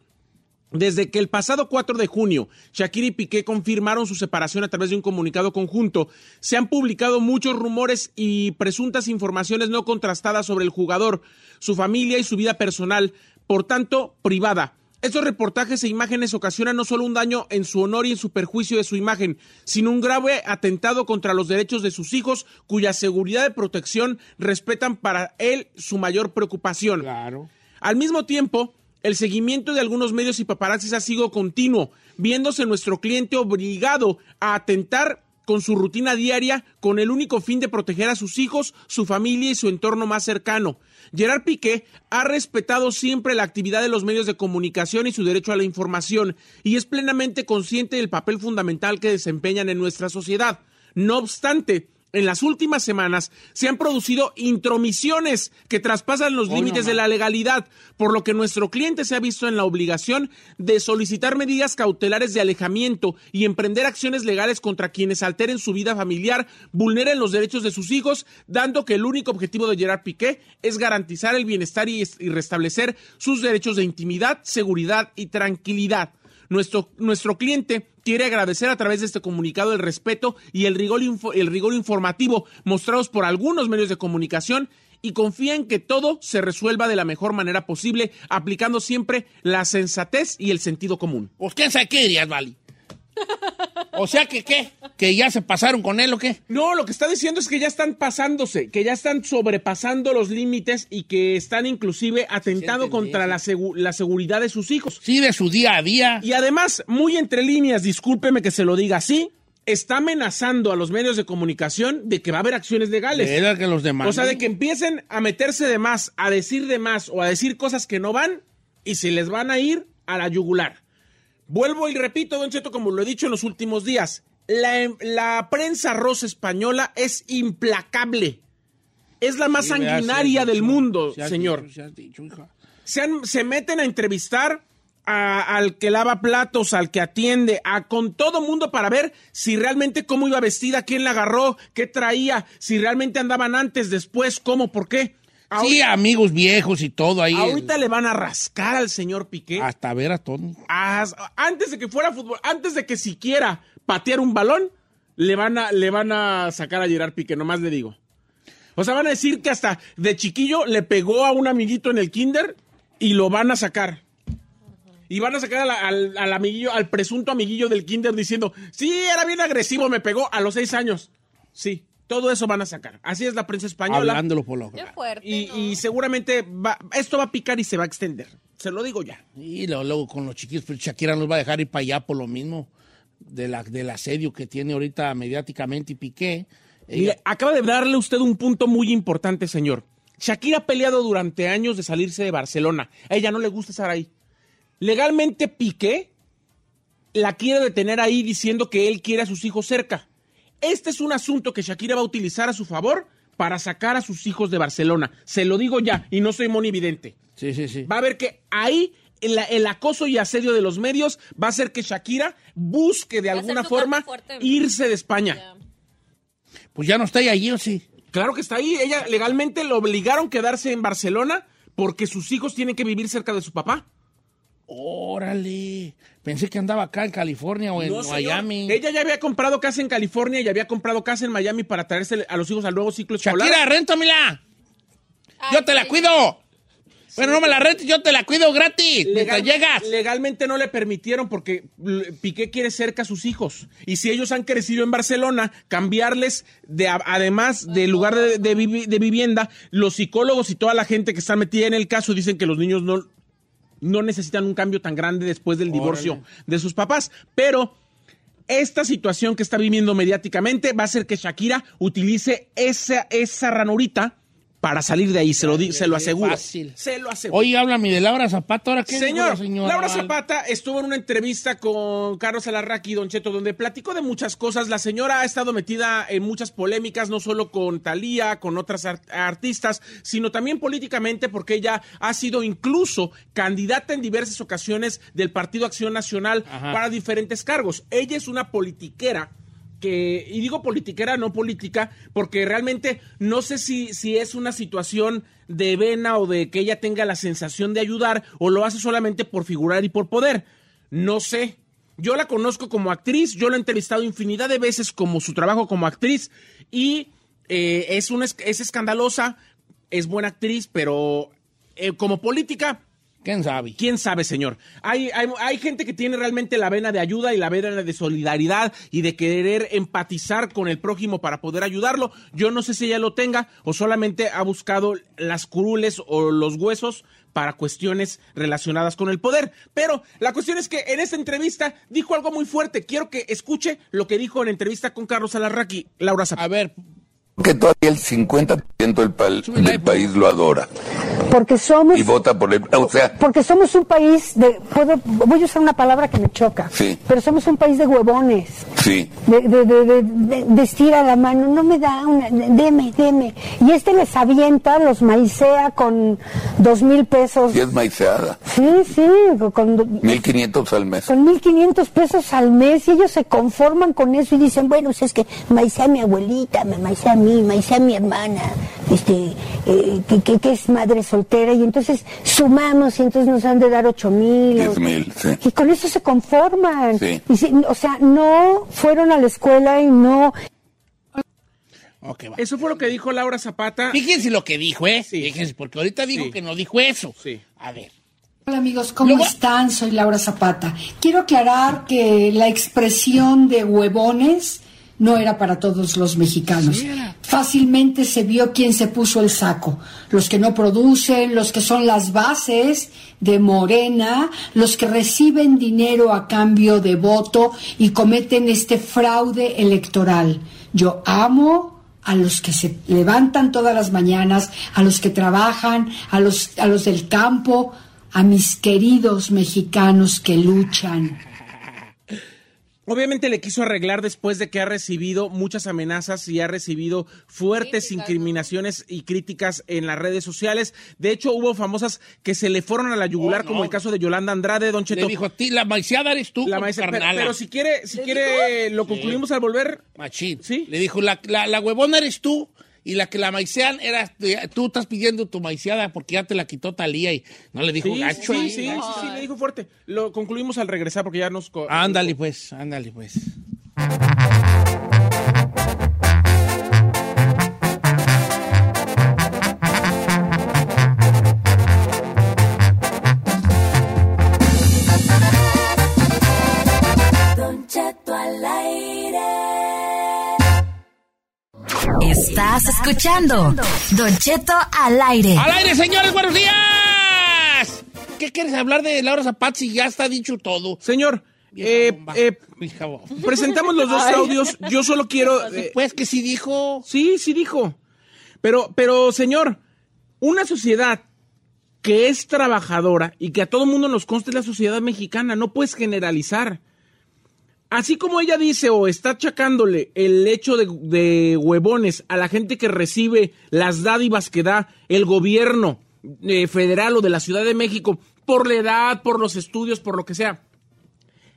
S3: desde que el pasado 4 de junio Shakira y Piqué confirmaron su separación a través de un comunicado conjunto, se han publicado muchos rumores y presuntas informaciones no contrastadas sobre el jugador, su familia y su vida personal, por tanto, privada. Estos reportajes e imágenes ocasionan no solo un daño en su honor y en su perjuicio de su imagen, sino un grave atentado contra los derechos de sus hijos, cuya seguridad y protección respetan para él su mayor preocupación. Al mismo tiempo, el seguimiento de algunos medios y paparazzis ha sido continuo, viéndose nuestro cliente obligado a atentar con su rutina diaria con el único fin de proteger a sus hijos, su familia y su entorno más cercano. Gerard Piqué ha respetado siempre la actividad de los medios de comunicación y su derecho a la información, y es plenamente consciente del papel fundamental que desempeñan en nuestra sociedad. No obstante, en las últimas semanas se han producido intromisiones que traspasan los límites de la legalidad, por lo que nuestro cliente se ha visto en la obligación de solicitar medidas cautelares de alejamiento y emprender acciones legales contra quienes alteren su vida familiar, vulneren los derechos de sus hijos, dando que el único objetivo de Gerard Piqué es garantizar el bienestar y, y restablecer sus derechos de intimidad, seguridad y tranquilidad. Nuestro, nuestro cliente quiere agradecer a través de este comunicado el respeto y el rigor, info- el rigor informativo mostrados por algunos medios de comunicación y confía en que todo se resuelva de la mejor manera posible, aplicando siempre la sensatez y el sentido común.
S2: Pues quién sabe qué dirías, Vali. O sea que qué, que ya se pasaron con él o qué.
S3: No, lo que está diciendo es que ya están pasándose, que ya están sobrepasando los límites y que están inclusive atentando contra la, segu- la seguridad de sus hijos.
S2: Sí, de su día a día.
S3: Y además, muy entre líneas, discúlpeme que se lo diga así, está amenazando a los medios de comunicación de que va a haber acciones legales.
S2: Era que los demás.
S3: O sea, de que empiecen a meterse de más, a decir de más o a decir cosas que no van y se les van a ir a la yugular. Vuelvo y repito, Don Cheto, como lo he dicho en los últimos días, la, em- la prensa rosa española es implacable. Es la más
S2: Sí, vea, sí
S3: sanguinaria
S2: has
S3: del
S2: dicho,
S3: mundo,
S2: sí has
S3: Oh, señor.
S2: dicho, sí has dicho, hija.
S3: Se, han- se meten a entrevistar a- al que lava platos, al que atiende, a con todo mundo para ver si realmente cómo iba vestida, quién la agarró, qué traía, si realmente andaban antes, después, cómo, por qué.
S2: Sí,
S3: Ahorita-
S2: amigos viejos y todo ahí.
S3: ahorita le van a rascar al señor Piqué.
S2: Hasta ver a Tony.
S3: As- antes de que fuera fútbol, antes de que siquiera patear un balón, le van a, le van a sacar a Gerard Piqué, nomás le digo. O sea, van a decir que hasta de chiquillo le pegó a un amiguito en el kinder y lo van a sacar. Y van a sacar a la- al, al amiguillo, al presunto amiguillo del kinder diciendo, sí, era bien agresivo, me pegó a los seis años. Sí, Todo eso van a sacar. Así es la prensa española.
S2: Hablándolo por lo-
S4: Qué fuerte.
S3: Y, y seguramente va- esto va a picar y se va a extender. Se lo digo ya.
S2: Y luego, luego con los chiquillos, pero Shakira nos va a dejar ir para allá por lo mismo de la, del asedio que tiene ahorita mediáticamente y Piqué.
S3: Eh, Mire, acaba de darle usted un punto muy importante, señor. Shakira ha peleado durante años de salirse de Barcelona. A ella no le gusta estar ahí. Legalmente Piqué la quiere detener ahí diciendo que él quiere a sus hijos cerca. Este es un asunto que Shakira va a utilizar a su favor para sacar a sus hijos de Barcelona. Se lo digo ya, y no soy monividente.
S2: Sí, sí, sí.
S3: Va a ver que ahí el, el acoso y asedio de los medios va a hacer que Shakira busque de
S4: a ser
S3: alguna
S4: su parte
S3: forma
S4: fuerte.
S3: irse de España.
S2: Pues ya no está ahí allí, ¿o sí?
S3: Claro que está ahí. Ella legalmente lo obligaron a quedarse en Barcelona porque sus hijos tienen que vivir cerca de su papá.
S2: Órale. Pensé que andaba acá en California o en
S3: No, señor.
S2: Miami.
S3: Ella ya había comprado casa en California y había comprado casa en Miami para traerse a los hijos al nuevo ciclo escolar.
S2: Shakira, réntamela. Yo te la cuido. Bueno, no me la rentes, yo te la cuido gratis. mientras llegas.
S3: Legalmente no le permitieron porque l- Piqué quiere cerca a sus hijos. Y si ellos han crecido en Barcelona, cambiarles, de, a- además del lugar de, de vivi- de vivienda, los psicólogos y toda la gente que está metida en el caso dicen que los niños no, no necesitan un cambio tan grande después del divorcio de sus papás. Pero esta situación que está viviendo mediáticamente va a hacer que Shakira utilice esa, esa ranurita para salir de ahí, se lo, di- se lo aseguro.
S2: Fácil.
S3: Se lo aseguro.
S2: Oye, háblame de Laura Zapata. ¿Ahora qué dijo la
S3: Señor,
S2: señora?
S3: Laura Zapata estuvo en una entrevista con Carlos Alarraqui y Don Cheto, donde platicó de muchas cosas. La señora ha estado metida en muchas polémicas, no solo con Talía, con otras ar- artistas, sino también políticamente, porque ella ha sido incluso candidata en diversas ocasiones del Partido Acción Nacional para diferentes cargos. Ella es una politiquera que, y digo politiquera, no política, porque realmente no sé si, si es una situación de vena o de que ella tenga la sensación de ayudar o lo hace solamente por figurar y por poder. No sé. Yo la conozco como actriz, yo la he entrevistado infinidad de veces como su trabajo como actriz y eh, es, una, es- es escandalosa, es buena actriz, pero eh, como política...
S2: ¿Quién sabe?
S3: ¿Quién sabe, señor? Hay, hay, hay gente que tiene realmente la vena de ayuda y la vena de solidaridad y de querer empatizar con el prójimo para poder ayudarlo. Yo no sé si ella lo tenga o solamente ha buscado las curules o los huesos para cuestiones relacionadas con el poder. Pero la cuestión es que en esta entrevista dijo algo muy fuerte. Quiero que escuche lo que dijo en entrevista con Carlos Alarraqui, Laura Zapata.
S2: A ver,
S11: que todavía el 50% del, pal- del país lo adora
S12: Porque somos,
S11: y vota por él. O sea,
S12: porque somos un país de, puedo, voy a usar una palabra que me choca,
S11: Sí.
S12: pero somos un país de huevones,
S11: sí.
S12: de, de, de- de- de- de estira la mano, no me da una, de- deme, deme. Y este les avienta, los maicea con dos mil pesos.
S11: Y es maiceada.
S12: Sí, sí, con, do-
S11: 1.500 al mes.
S12: con 1.500 pesos al mes y ellos se conforman con eso y dicen, bueno, pues es que maicé a mi abuelita, me maicé a mí, maicé a mi hermana, este, eh, que, que- que es madre soltera y entonces sumamos y entonces nos han de dar 8.000. o-
S11: 10.000, sí.
S12: Y con eso se conforman.
S11: Sí.
S12: Y si- o sea, no fueron a la escuela y no...
S3: Eso fue lo que dijo Laura Zapata.
S2: Fíjense lo que dijo, ¿eh? Fíjense, porque ahorita dijo que no dijo eso. A ver.
S13: Hola amigos, ¿cómo están? Soy Laura Zapata. Quiero aclarar que la expresión de huevones no era para todos los mexicanos. Fácilmente se vio quién se puso el saco. Los que no producen, los que son las bases de Morena, los que reciben dinero a cambio de voto y cometen este fraude electoral. Yo amo a los que se levantan todas las mañanas, a los que trabajan, a los, a los del campo, a mis queridos mexicanos que luchan.
S3: Obviamente le quiso arreglar después de que ha recibido muchas amenazas y ha recibido fuertes incriminaciones y críticas en las redes sociales. De hecho, hubo famosas que se le fueron a la yugular, como el caso de Yolanda Andrade, Don Cheto.
S2: Oh, Le dijo a ti, la maiceada eres tú,
S3: La
S2: con
S3: maice-
S2: carnala.
S3: pero- pero si quiere, si quiere, lo concluimos al volver.
S2: Machín. Le dijo, la, la, la huevona eres tú y la que la maicean eras tú estás pidiendo tu maiceada porque ya te la quitó Talía y no le dijo
S3: Sí,
S2: gacho.
S3: sí,
S2: ahí,
S3: sí,
S2: ¿no?
S3: sí, sí, le dijo fuerte. Lo concluimos al regresar porque ya nos... co-
S2: Ándale pues, ándale pues.
S1: Don Cheto al aire.
S14: Escuchando Don Cheto al aire.
S2: ¡Al aire, señores! ¡Buenos días! ¿Qué quieres hablar de Laura Zapata si ya está dicho todo?
S3: Señor, eh, eh, presentamos los dos
S2: Ay.
S3: audios. Yo solo quiero. eh,
S2: Pues que sí dijo.
S3: Sí, sí dijo. Pero, pero, señor, una sociedad que es trabajadora y que a todo mundo nos conste es la sociedad mexicana, no puedes generalizar. Así como ella dice o está achacándole el hecho de, de huevones a la gente que recibe las dádivas que da el gobierno eh, federal o de la Ciudad de México por la edad, por los estudios, por lo que sea.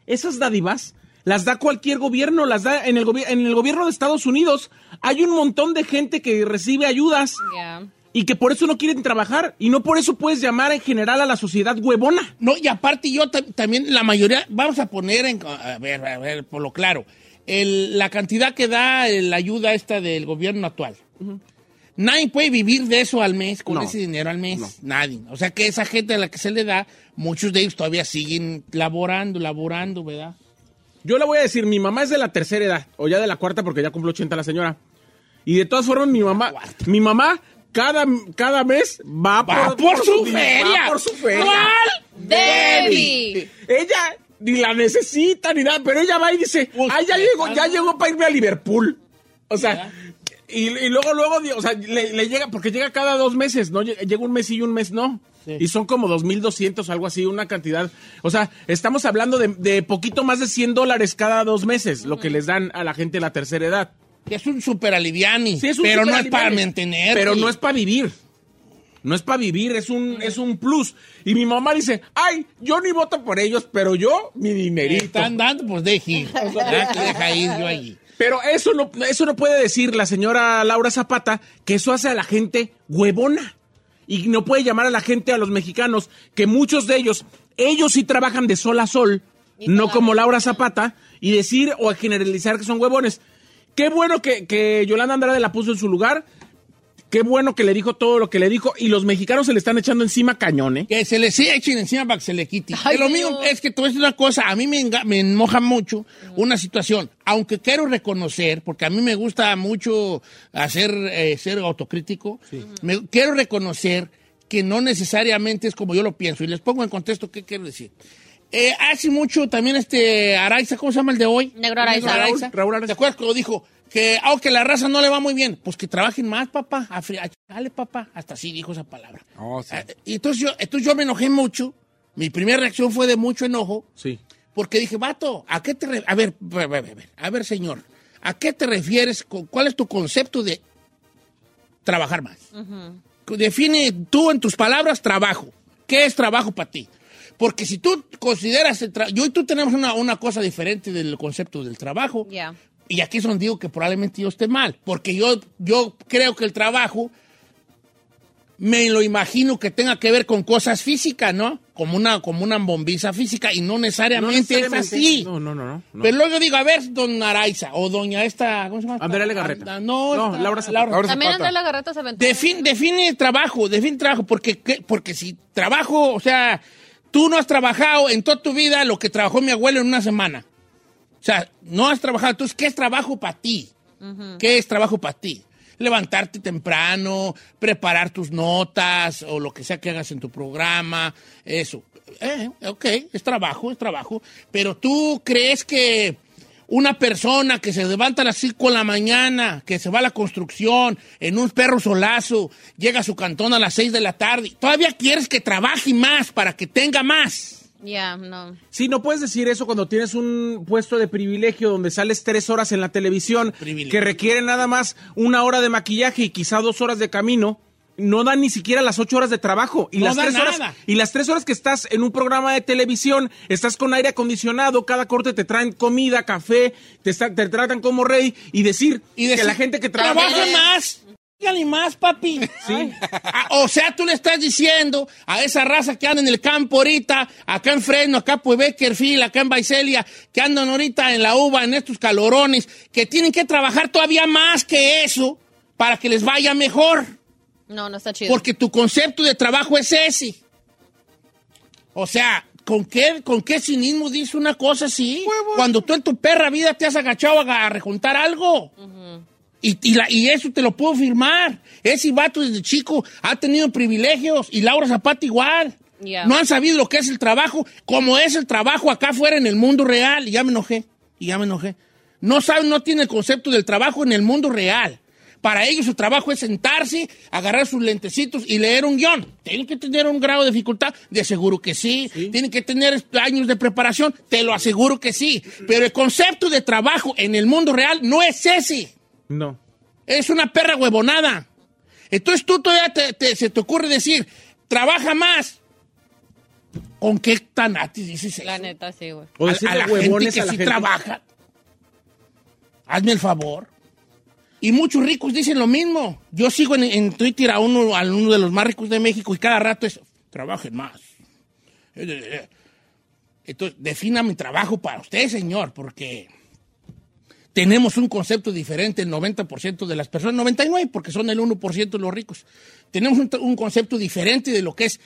S3: Esas dádivas las da cualquier gobierno, las da en el, gobi- en el gobierno de Estados Unidos. Hay un montón de gente que recibe ayudas y que por eso no quieren trabajar y no por eso puedes llamar en general a la sociedad huevona.
S2: No, y aparte yo tam- también, la mayoría, vamos a poner en, a ver, a ver, por lo claro, el- la cantidad que da eh, la ayuda esta del gobierno actual. Nadie puede vivir de eso al mes, con
S3: No.
S2: ese dinero al mes. Nadie. O sea que esa gente a la que se le da, muchos de ellos todavía siguen laborando, laborando, ¿verdad?
S3: Yo le voy a decir, mi mamá es de la tercera edad, o ya de la cuarta porque ya cumple 80 la señora. Y de todas formas, mi mamá, mi mamá cada, cada mes va,
S2: Va por su
S3: di-
S2: feria.
S3: Va por su feria.
S2: ¿Cuál?
S3: Debbie. Ella ni la necesita ni nada, pero ella va y dice, ah, ya llegó, ya llegó para irme a Liverpool. O sea, y, y luego, luego, di- o sea, le, le llega, porque llega cada dos meses, ¿no? Llega llega un mes sí y un mes no.
S2: Sí.
S3: Y son como 2.200, algo así, una cantidad. O sea, estamos hablando de, de poquito más de 100 dólares cada dos meses, lo que les dan a la gente de la tercera edad.
S2: Es un super aliviani,
S3: Sí, es un
S2: pero no es
S3: superaliviani.
S2: para mantener.
S3: Pero no es para vivir. No es para vivir, es un, es un plus. Y mi mamá dice, ay, yo ni voto por ellos, pero yo, mi dinerito.
S2: Están dando, pues deje ir. Ya que deja ir yo allí.
S3: Pero eso no, eso no puede decir la señora Laura Zapata que eso hace a la gente huevona. Y no puede llamar a la gente, a los mexicanos, que muchos de ellos, ellos sí trabajan de sol a sol, no como Laura Zapata, y decir o generalizar que son huevones. Qué bueno que, que Yolanda Andrade la puso en su lugar. Qué bueno que le dijo todo lo que le dijo. Y los mexicanos se le están echando encima ¿eh? cañones.
S2: Que se le siga echen encima para que se le quite.
S3: Ay,
S2: Que lo
S3: Dios.
S2: mío es que tú es una cosa, a mí me, enga- me enoja mucho una situación, aunque quiero reconocer, porque a mí me gusta mucho hacer, eh, ser autocrítico, me- quiero reconocer que no necesariamente es como yo lo pienso. Y les pongo en contexto qué quiero decir. Eh, hace mucho también este Araiza, ¿cómo se llama el de hoy?
S4: Negro Araiza.
S2: Raúl, Raúl Araiza. ¿Te acuerdas cuando dijo que aunque la raza no le va muy bien, pues que trabajen más, papá? A fri- a chingarle, papá. Hasta así dijo esa palabra. Ah, Y entonces yo, entonces yo me enojé mucho. Mi primera reacción fue de mucho enojo.
S3: Sí.
S2: Porque dije, vato, ¿a qué te re- a ver, a ver, a ver, a ver, señor, ¿a qué te refieres? con- ¿Cuál es tu concepto de trabajar más? Define tú en tus palabras trabajo. ¿Qué es trabajo para ti? Porque si tú consideras, el tra- yo y tú tenemos una, una cosa diferente del concepto del trabajo,
S4: Ya.
S2: y aquí es donde digo que probablemente yo esté mal, porque yo, yo creo que el trabajo me lo imagino que tenga que ver con cosas físicas, ¿no? Como una, como una bombiza física y no necesariamente, es así.
S3: No, no, no, no. no.
S2: Pero luego digo, a ver, don Araiza o doña esta, ¿cómo se llama?
S3: Andrea Legarreta.
S2: Ah, No,
S3: No,
S2: esta-
S3: Laura Zapata.
S4: También Andrés Lagarreta se aventó.
S2: Defin- define trabajo, define trabajo, porque, ¿qué? porque si trabajo, o sea, tú no has trabajado en toda tu vida lo que trabajó mi abuelo en una semana. O sea, no has trabajado. Entonces, ¿qué es trabajo para ti? ¿Qué es trabajo para ti? Levantarte temprano, preparar tus notas o lo que sea que hagas en tu programa, eso. Eh, ok, es trabajo, es trabajo. Pero tú crees que una persona que se levanta a las 5 de la mañana, que se va a la construcción en un perro solazo, llega a su cantón a las 6 de la tarde, todavía quieres que trabaje más para que tenga más.
S4: Ya, no.
S3: Sí, no puedes decir eso cuando tienes un puesto de privilegio donde sales tres horas en la televisión que requiere nada más una hora de maquillaje y quizá dos horas de camino. No dan ni siquiera las ocho horas de trabajo. Y
S2: No
S3: las
S2: da
S3: tres
S2: nada.
S3: horas y las tres horas que estás en un programa de televisión, estás con aire acondicionado, cada corte te traen comida, café, te, está- te tratan como rey y decir, que
S2: decir,
S3: la gente que trabaja.
S2: Trabaja más. Dígale más, papi. Ah, O sea, tú le estás diciendo a esa raza que anda en el campo ahorita, acá en Fresno, acá por Beckerfield, acá en Baicelia, que andan ahorita en la uva, en estos calorones, que tienen que trabajar todavía más que eso para que les vaya mejor.
S4: No, no está chido.
S2: Porque tu concepto de trabajo es ese. O sea, ¿con qué, con qué cinismo dice una cosa así? Cuando tú en tu perra vida te has agachado a, a rejuntar algo. Y, y la- y eso te lo puedo firmar. Ese vato desde chico ha tenido privilegios y Laura Zapata igual.
S4: Ya.
S2: No han sabido lo que es el trabajo, como es el trabajo acá afuera en el mundo real. Y ya me enojé, y ya me enojé. No saben, no tienen el concepto del trabajo en el mundo real. Para ellos su trabajo es sentarse, agarrar sus lentecitos y leer un guión. Tienen que tener un grado de dificultad, de seguro que sí. Tienen que tener años de preparación, te lo aseguro que sí. Pero el concepto de trabajo en el mundo real no es ese.
S3: No.
S2: Es una perra huevonada. Entonces tú todavía te- te- se te ocurre decir, trabaja más. ¿Con qué tanatis dices eso?
S4: La neta, sí, güey.
S2: A- a,
S3: decirle
S2: la gente
S3: huevones
S2: que
S3: a la
S2: sí
S3: gente.
S2: trabaja. Hazme el favor. Y muchos ricos dicen lo mismo. Yo sigo en, en Twitter a uno, a uno de los más ricos de México y cada rato es, trabajen más. Eh, Entonces, defina mi trabajo para usted, señor, porque tenemos un concepto diferente el 90% de las personas, 99 porque son el 1% los ricos. Tenemos un, un concepto diferente de lo que es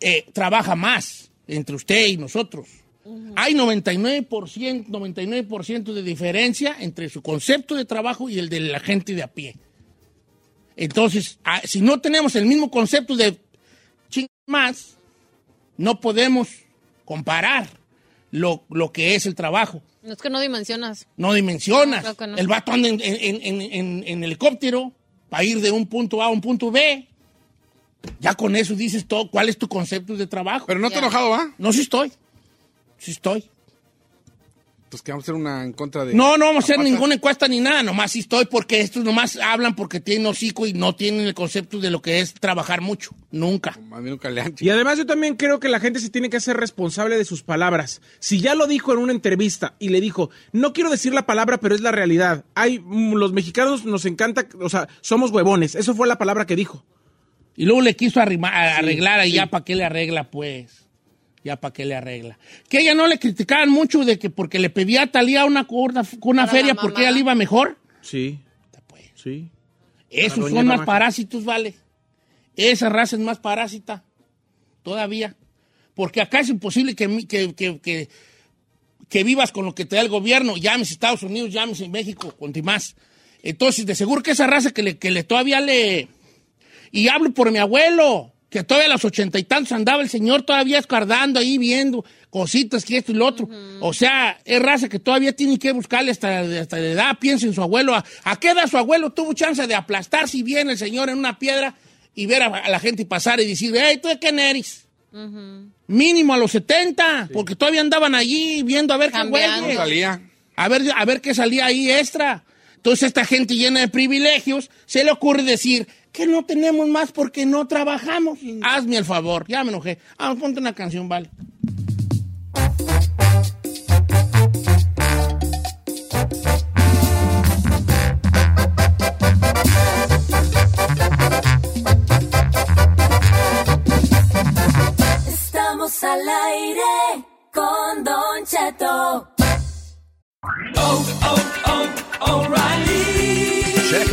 S2: eh, trabaja más entre usted y nosotros. Hay 99%, 99 de diferencia entre su concepto de trabajo y el de la gente de a pie. Entonces, ah, si no tenemos el mismo concepto de ching más, no podemos comparar lo, lo que es el trabajo.
S4: No es que no dimensionas.
S2: No dimensionas.
S4: Claro que no.
S2: El vato anda en, en- en- en- en helicóptero para ir de un punto A a un punto B. Ya con eso dices todo cuál es tu concepto de trabajo. Pero
S6: no te he enojado, ¿va?
S2: No, sí estoy. Sí estoy.
S6: Entonces Pues que vamos a hacer una en contra de...
S2: No, no vamos a hacer
S6: Zapata.
S2: ninguna encuesta ni nada, nomás sí estoy porque estos nomás hablan porque tienen hocico y no tienen el concepto de lo que es trabajar mucho. Nunca.
S3: Y además yo también creo que la gente se tiene que hacer responsable de sus palabras. Si ya lo dijo en una entrevista y le dijo, no quiero decir la palabra, pero es la realidad. Hay, mm, los mexicanos nos encanta, o sea, somos huevones. Eso fue la palabra que dijo.
S2: Y luego le quiso arrimar, a- arreglar ahí, ya para qué le arregla, pues. Ya para qué le arregla. Que ella no le criticaban mucho de que porque le pedía a Talía una, una, una
S3: Para
S2: feria
S3: la
S2: porque
S3: mamá.
S2: ella le iba mejor.
S3: Sí. Sí. Para
S2: Esos
S3: doña
S2: son más
S3: Navaja.
S2: parásitos, vale. Esa raza es más parásita. Todavía. Porque acá es imposible que, mi- que, que, que- que vivas con lo que te da el gobierno. Llames Estados Unidos, llames en México, conti más. Entonces, de seguro que esa raza que le, que le todavía le. Y hablo por mi abuelo, que todavía a los ochenta y tantos andaba el señor todavía escardando ahí, viendo cositas que esto y lo otro. O sea, es raza que todavía tiene que buscarle hasta, hasta la edad. Piensa en su abuelo. ¿A, a qué edad su abuelo tuvo chance de aplastar si bien el señor en una piedra y ver a, a la gente pasar y decir, hey, ¿tú de quién eres? Mínimo a los 70, porque todavía andaban allí viendo a ver qué
S6: Cambiando.
S2: güeyes.
S6: No salía.
S2: A ver, a ver qué salía ahí extra. Entonces esta gente llena de privilegios se le ocurre decir que no tenemos más porque no trabajamos. Hazme el favor, ya me enojé. Ah, ponte una canción, vale.
S1: Estamos al aire con Don Cheto.
S15: Check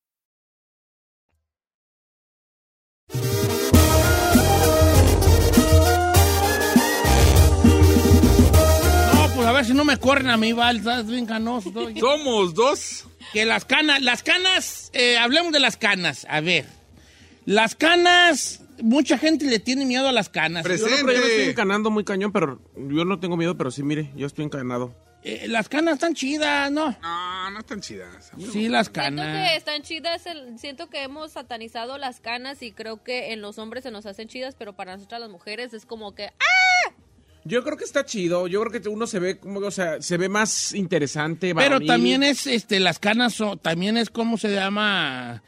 S2: No, pues a ver si no me corren a mí, vale. Estás bien canoso. Somos dos. Que las canas, las canas, eh, hablemos de las canas. A ver, las canas, mucha gente le tiene miedo a las canas.
S3: Yo, no, pero yo me estoy encanando muy cañón, pero yo no tengo miedo, pero sí, mire, yo estoy encanado.
S2: Eh, las canas están chidas, ¿no?
S6: No, no están chidas.
S2: Sí, las
S4: Siento
S2: canas.
S4: que están chidas, el- siento que hemos satanizado las canas y creo que en los hombres se nos hacen chidas, pero para nosotras las mujeres es como que... ¡Ah!
S3: Yo creo que está chido. Yo creo que uno se ve como, o sea, se ve más interesante.
S2: Pero también es, este, las canas son, también es como se llama.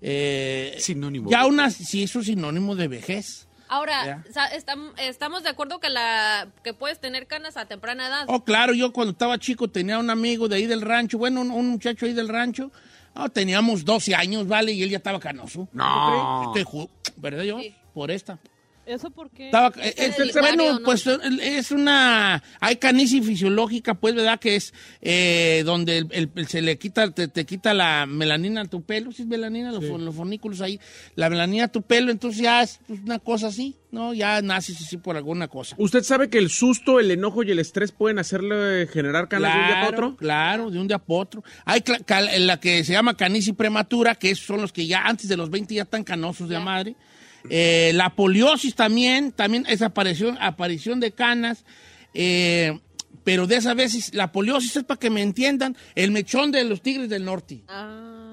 S2: Eh, sinónimo. Ya una, sí, es un sinónimo de vejez.
S4: Ahora, sa- estam- estamos de acuerdo que la que puedes tener canas a temprana edad.
S2: Oh, claro, yo cuando estaba chico tenía un amigo de ahí del rancho, bueno, un, un muchacho ahí del rancho. Ah, teníamos 12 años, ¿vale? Y él ya estaba canoso.
S6: No.
S2: Te ju- ¿Verdad yo? Por esta.
S5: ¿Eso por qué?
S2: Estaba, eh,
S5: Ese
S2: eh,
S5: es
S2: eh,
S5: el
S2: bueno,
S5: barrio, ¿no?
S2: pues eh, es una... Hay canicie fisiológica, pues, ¿verdad? Que es eh, donde el- el- el- se le quita, te, te quita la melanina a tu pelo, si es melanina, los, fon- los fornículos ahí, la melanina a tu pelo, entonces ya es pues, una cosa así, ¿no? Ya naces así por alguna cosa.
S3: ¿Usted sabe que el susto, el enojo y el estrés pueden hacerle eh, generar canas de un día para
S2: Claro,
S3: otro?
S2: Claro, de un día para otro. Hay cla- cal- eh, la que se llama canicie prematura, que esos son los que ya antes de los 20 ya están canosos de madre. Eh, la poliosis también, también es aparición, aparición de canas. Eh, pero de esas veces, la poliosis es para que me entiendan, el mechón de los tigres del norte.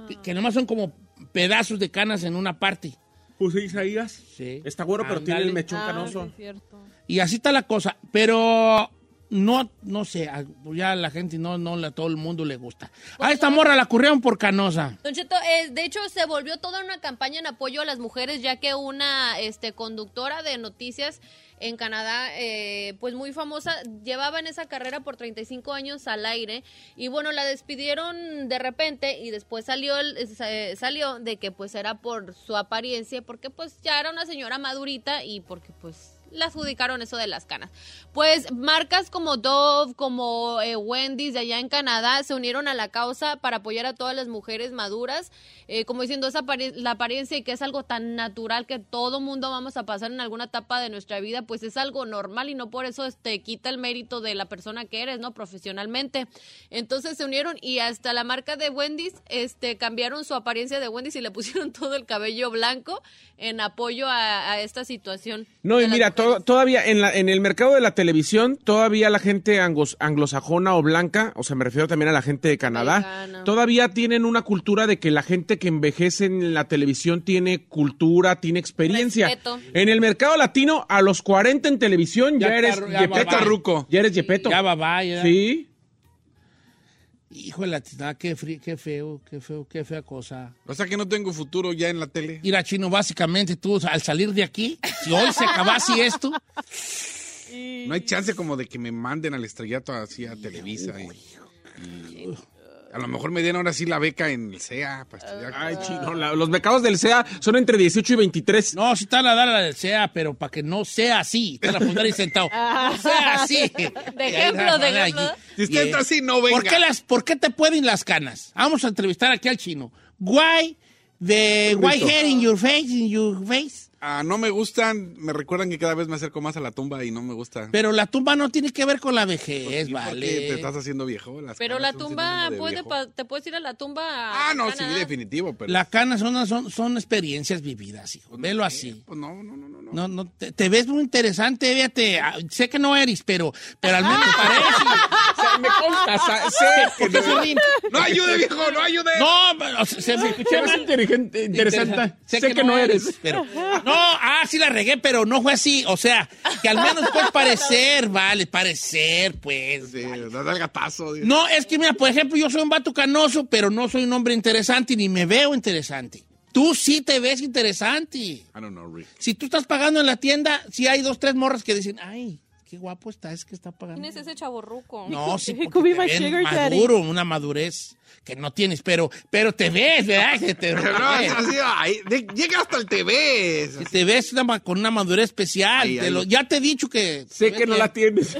S2: Que, que nomás son como pedazos de canas en una parte.
S3: Pues Isaías.
S2: Sí.
S3: Está bueno, pero tiene
S2: Ándale. Ah,
S3: el
S5: Ah,
S3: mechón canoso.
S2: Y así está la cosa, pero no, no sé, a- pues ya la gente, no, no, a todo el mundo le gusta. A esta morra la corrieron por canosa.
S4: Don Cheto, eh, de hecho se volvió toda una campaña en apoyo a las mujeres, ya que una este, conductora de noticias en Canadá, eh, pues muy famosa, llevaba en esa carrera por 35 años al aire y bueno, la despidieron de repente y después salió, el- eh, salió de que pues era por su apariencia, porque pues ya era una señora madurita y porque pues le adjudicaron eso de las canas. Pues marcas como Dove, como eh, Wendy's de allá en Canadá se unieron a la causa para apoyar a todas las mujeres maduras, eh, como diciendo esa apare- la apariencia y que es algo tan natural que todo mundo vamos a pasar en alguna etapa de nuestra vida, pues es algo normal y no por eso te quita el mérito de la persona que eres, ¿no? Profesionalmente. Entonces se unieron y hasta la marca de Wendy's este, cambiaron su apariencia de Wendy's y le pusieron todo el cabello blanco en apoyo a, a esta situación.
S3: No, y mira, to- todavía en, la- en el mercado de la televisión, todavía la gente angos- anglosajona o blanca, o sea, me refiero también a la gente de Canadá, todavía tienen una cultura de que la gente que envejece en la televisión tiene cultura, tiene experiencia.
S2: Respeto.
S3: En el mercado latino, a los 40 en televisión ya,
S2: Ya
S3: eres
S2: está- ya va,
S3: yepeto.
S2: va.
S3: Ya eres yepeto.
S2: Ya va, va, ya.
S3: Sí.
S2: Híjole, la tiznada, qué, fri- qué feo, qué feo, qué fea cosa.
S6: O sea que no tengo futuro ya en la tele.
S2: Mira, chino, básicamente tú al salir de aquí, si hoy se acabase esto,
S6: No hay chance como de que me manden al estrellato así a Televisa. y- y- a lo mejor me den ahora sí la beca en el CEA. para estudiar.
S3: Ay, chino, la- los becados del SEA son entre 18 y 23.
S2: No, si está la dar la del SEA, pero para que no sea así, te la pondré sentado. No sea así.
S4: Ah. De ejemplo, de ejemplo.
S6: Si usted está así, no venga.
S2: eh, ¿Por qué, las, ¿Por qué te pueden las canas? Vamos a entrevistar aquí al chino. Why the why hair in your face, in your face?
S6: Ah, no me gustan, me recuerdan que cada vez me acerco más a la tumba y no me gusta. Pues,
S2: Pero la tumba no tiene que ver con la vejez,
S6: Porque
S2: vale.
S6: te estás haciendo viejo. Las
S4: Pero
S6: canas
S4: la
S6: son
S4: tumba,
S6: sinónimo de
S4: puede
S6: viejo.
S4: pa- te puedes ir a la tumba.
S6: Ah, no, sí, definitivo, pero...
S2: Las canas son, son, son experiencias vividas, hijo. Velo así.
S6: pues no, no, no, no.
S2: No, no, te, te ves muy interesante, fíjate. Ah, Sé que no eres, pero, pero al menos parece.
S3: me consta,
S6: Ah,
S3: sa- sé que
S2: ¿Por qué
S3: no
S2: se
S3: eres.
S2: ríen?
S3: No ayude, viejo, no ayude.
S2: No, pero se, se me escuché
S3: Eres
S2: mal.
S3: inteligente, interesante.
S2: Sé, que, no eres. Pero, no, ah, sí la regué, pero no fue así. O sea, que al menos puede parecer, vale, parecer, pues.
S6: Sí, dale el gatazo. dice.
S2: No, es que mira, por ejemplo, yo soy un vato canoso, pero no soy un hombre interesante ni me veo interesante. Tú sí te ves interesante.
S6: I don't know, Rick.
S2: Si tú estás pagando en la tienda, sí hay dos, tres morras que dicen, ay, qué guapo está, es que está pagando.
S4: ¿Quién es ese chaborruco?
S2: No, sí,
S5: He could
S2: porque
S5: be my
S2: te ven
S5: sugar daddy.
S2: maduro, una madurez que no tienes, pero, pero te ves, ¿verdad? Que te,
S6: Pero no, es así, ay, de- llega hasta el TV.
S2: que te ves una ma- con una madurez especial.
S6: Ahí,
S2: te
S6: ahí.
S2: lo- ya te he dicho que...
S3: Sé que no la tienes.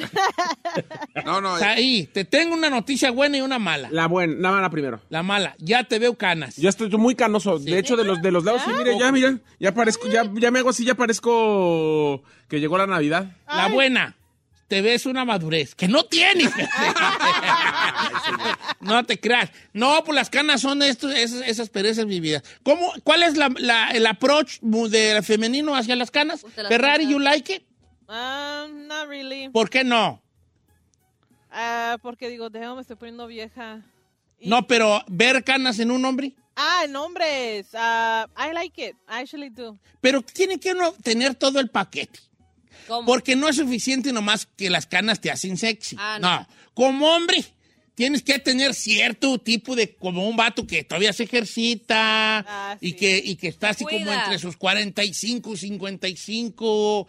S6: No, no.
S2: Está ahí. Te tengo una noticia buena y una mala.
S3: La buena, la mala primero.
S2: La mala. Ya te veo canas.
S3: Ya estoy muy canoso. De hecho, de los, de los lados, sí, mire, ya, mira, ya parezco, ya, ya me hago así, ya parezco que llegó la Navidad.
S2: La buena. Te ves una madurez que no tienes. no te creas. No, pues las canas son estos, esas, esas perezas vividas. ¿Cómo, ¿Cuál es la- la- el approach mu- del femenino hacia las canas?
S5: te las
S2: Ferrari,
S5: canas.
S2: you like it?
S5: Um, not really.
S2: ¿Por qué no?
S5: Ah, porque digo, déjame, me estoy poniendo vieja.
S2: No, pero ver canas en un hombre.
S5: Ah, en hombres. Ah, I like it. I actually do.
S2: Pero tiene que uno tener todo el paquete. Porque no es suficiente nomás que las canas te hacen sexy.
S5: Ah,
S2: no.
S5: no.
S2: Como hombre, tienes que tener cierto tipo de, como un vato que todavía se ejercita y, que, y que está así como
S5: Ah, Cuida.
S2: entre sus 45, 55.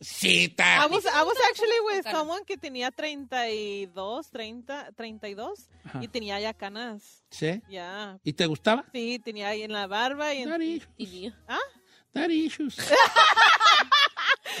S2: Sí, está.
S5: I was, I was actually with someone que tenía 32, 30, 32
S2: Ajá.
S5: y tenía ya canas.
S2: ¿Sí?
S5: Ya.
S2: ¿Y te gustaba?
S5: Sí, tenía ahí en la barba y en... ¿Ah?
S2: Dar issues.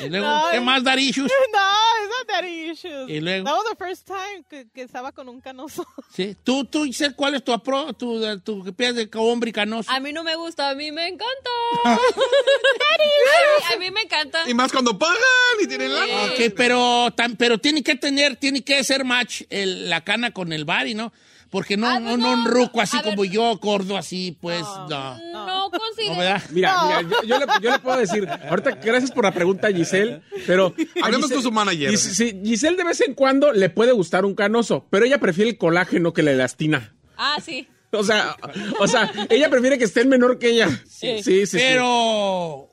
S2: Y luego, ¿qué más dar issues?
S5: No, it's not that issues.
S2: Y luego.
S5: That was the first time que, que estaba con un canoso.
S2: Sí. ¿Tú, tú, Giselle, cuál es tu apro, tu, tu, tu piensas de hombre canoso? Ah.
S4: A mí no me gusta, a mí me encanta. A mí- a mí me encanta.
S2: cuando pagan y tienen
S4: lana.
S2: Ok, pero, tan- pero tiene que tener, tiene que ser match el- la cana con el bari, ¿no? Porque
S4: Ah,
S2: no, no, no un ruco así como yo, gordo así, pues, no.
S4: No considero.
S2: ¿verdad?
S3: Mira, mira, yo, yo le, yo le puedo decir, ahorita gracias por la pregunta, Giselle, pero...
S6: Hablemos
S3: Giselle-
S6: con su manager.
S3: Gis- sí, Giselle de vez en cuando le puede gustar un canoso, pero ella prefiere el colágeno que la elastina.
S4: Ah, sí.
S3: O sea, o sea, ella prefiere que estén menor que ella. Sí, sí, sí.
S2: Pero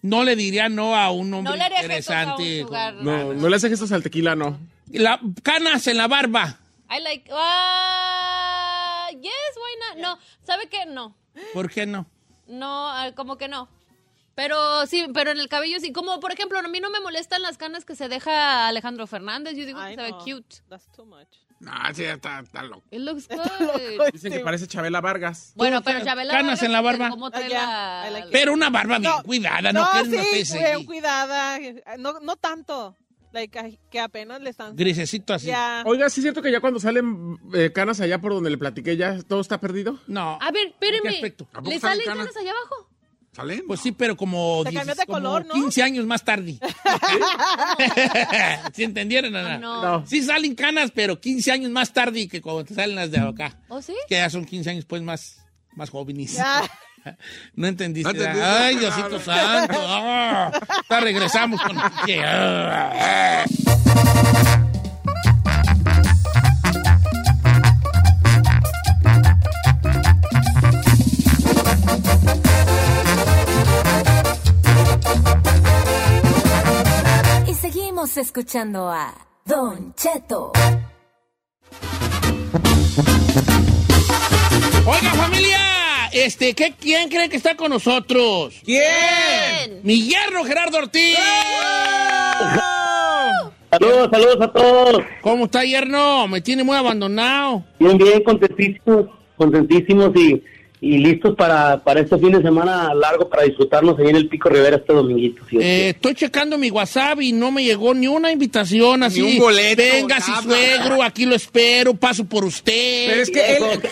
S2: no le diría no a un hombre
S4: No le haría gestos a un
S2: interesante.
S4: sugar
S3: No, no le hace gestos al tequila, no.
S2: La, canas en la barba.
S4: I like. ah, yes, why not? No, ¿sabe qué? No.
S2: ¿Por qué no?
S4: No, ah, como que no. Pero sí, pero en el cabello sí. Como por ejemplo, a mí no me molestan las canas que se deja Alejandro Fernández. Yo digo que se ve cute.
S5: That's too much.
S6: No, sí, está, está loco.
S4: It looks good.
S3: Dicen que parece Chabela Vargas.
S4: Bueno, pero Chabela
S2: Canas en la barba.
S4: Vargas, como
S5: Ah,
S4: trae la-
S2: Pero una barba bien cuidada, no, que no te
S5: sí,
S2: dice
S5: bien cuidada. eh, No, no tanto. Like, ay, que apenas le están...
S2: Grisecito así.
S5: Ya.
S3: Oiga, ¿sí es cierto que ya cuando salen eh, canas allá por donde le platiqué, ya todo está perdido?
S2: No.
S4: A ver, espérenme.
S2: ¿En qué aspecto? ¿A poco
S4: ¿Le
S2: salen
S4: salen
S2: canas?
S4: canas allá abajo?
S6: ¿Salen?
S2: Pues sí, pero como,
S4: Se cambió
S2: 10,
S4: de
S2: como
S4: color, ¿no?
S2: 15 años más tarde. ¿Sí entendieron o no?
S4: No.
S2: Sí salen canas, pero 15 años más tarde que cuando te salen las de acá.
S5: ¿Oh,
S4: ¿O sí?
S2: Que ya son 15 años pues más, más jóvenes.
S4: Ya.
S2: No entendiste.
S6: No entendí.
S2: ¿verdad? Ay, Diosito santo. Ah, ahorita regresamos con... Ah.
S1: Y seguimos escuchando a Don Cheto.
S2: Oiga, familia, este, ¿qué, ¿quién cree que está con nosotros?
S4: ¿Quién?
S2: Mi hierro Gerardo Ortiz.
S16: Saludos, saludos a todos.
S2: ¿Cómo está, yerno? Me tiene muy abandonado.
S16: Bien, bien, contentísimos, contentísimos y, y listos para, para este fin de semana largo para disfrutarnos ahí en el Pico Rivera este dominguito. ¿sí?
S2: Eh, estoy checando mi WhatsApp y no me llegó ni una invitación así.
S16: un boleto,
S2: Venga, si suegro, aquí lo espero, paso por usted.
S16: Pero es que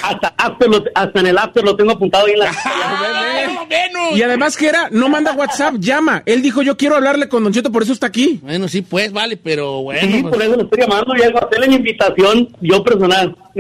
S16: hasta, after lo- hasta en el after lo tengo apuntado ahí en la...
S2: Ah,
S3: Y además que era, no manda WhatsApp, llama. Él dijo, yo quiero hablarle con Don Cheto, por eso está aquí.
S2: Bueno, sí, pues, vale, pero bueno. pues.
S16: Sí, por eso lo estoy llamando y algo hacerle la invitación yo personalmente.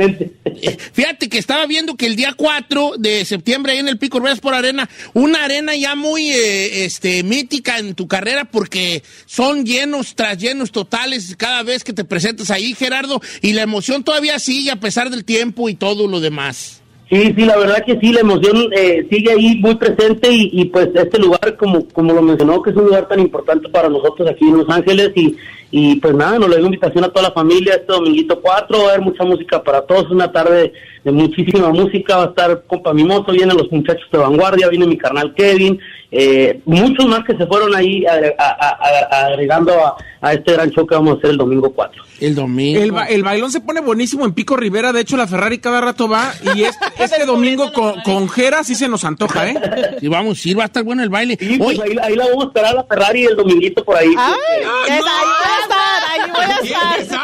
S2: Eh, Fíjate que estaba viendo que el día 4 de septiembre ahí en el Pico Ruedas por Arena, una arena ya muy eh, este, mítica en tu carrera porque son llenos tras llenos totales cada vez que te presentas ahí, Gerardo, y la emoción todavía sigue a pesar del tiempo y todo lo demás.
S16: Sí, sí, la verdad que sí, la emoción eh, sigue ahí muy presente y, y, pues este lugar, como, como lo mencionó, que es un lugar tan importante para nosotros aquí en Los Ángeles y, y pues nada, nos le doy invitación a toda la familia este dominguito 4, va a haber mucha música para todos, una tarde de muchísima música, va a estar compa Mimoso, vienen los muchachos de vanguardia, viene mi carnal Kevin, eh, muchos más que se fueron ahí agre- a- a- a- agregando a, a este gran show que vamos a hacer el domingo 4.
S2: El domingo.
S3: El, ba- el bailón se pone buenísimo en Pico Rivera. De hecho, la Ferrari cada rato va. Y este, este domingo con, con Jera sí se nos antoja, ¿eh?
S2: Y vamos, sí, va a estar bueno el baile. Ah,
S3: Hoy-
S16: pues, ahí, ahí la vamos a esperar a la Ferrari el dominguito por ahí.
S5: Ay, yes, ahí voy a estar, ahí voy a estar.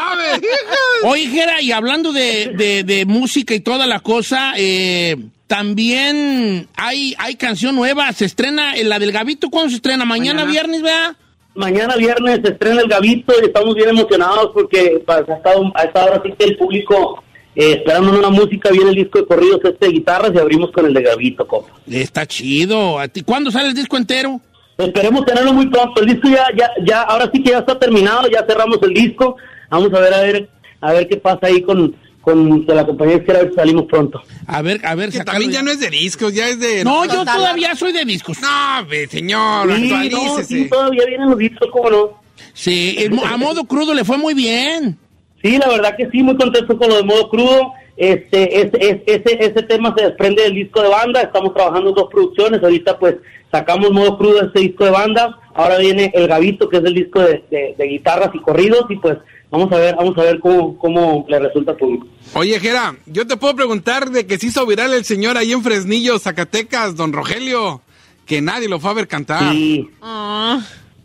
S2: Oye, Jera, y hablando de, de- de música y toda la cosa, eh, también hay, hay canción nueva. Se estrena eh, la del Gavito. ¿Cuándo se estrena? Mañana, viernes, ¿verdad?
S16: Mañana viernes se estrena el Gavito y estamos bien emocionados porque pues, ha estado, ha estado ahora sí que el público eh, esperando una música, viene el disco de corridos este de guitarras y abrimos con el de Gavito, compa.
S2: Está chido. ¿A ti ¿Cuándo sale el disco entero?
S16: Esperemos tenerlo muy pronto, pues, el disco ya, ya, ya, ahora sí que ya está terminado, ya cerramos el disco, vamos a ver a ver, a ver qué pasa ahí con, con que la compañía quiera ver si salimos pronto.
S2: A ver, a ver,
S6: que también ya no es de discos, ya es de.
S2: No, yo todavía soy de discos.
S6: No, ve, señor,
S16: Sí, no,
S6: actualícese.
S16: sí, todavía vienen los discos, ¿cómo no?
S2: Sí, eh, a modo crudo le fue muy bien.
S16: Sí, la verdad que sí, muy contento con lo de modo crudo. Este, es- es- ese, ese tema se desprende del disco de banda. Estamos trabajando en dos producciones. Ahorita, pues, sacamos modo crudo este disco de banda. Ahora viene El Gavito, que es el disco de, de- de guitarras y corridos. Y pues, vamos a ver, vamos a ver cómo, cómo le resulta al público.
S6: Oye, Jera, yo te puedo preguntar de que se hizo viral el señor ahí en Fresnillo, Zacatecas, don Rogelio, que nadie lo fue a ver cantar.
S16: Sí.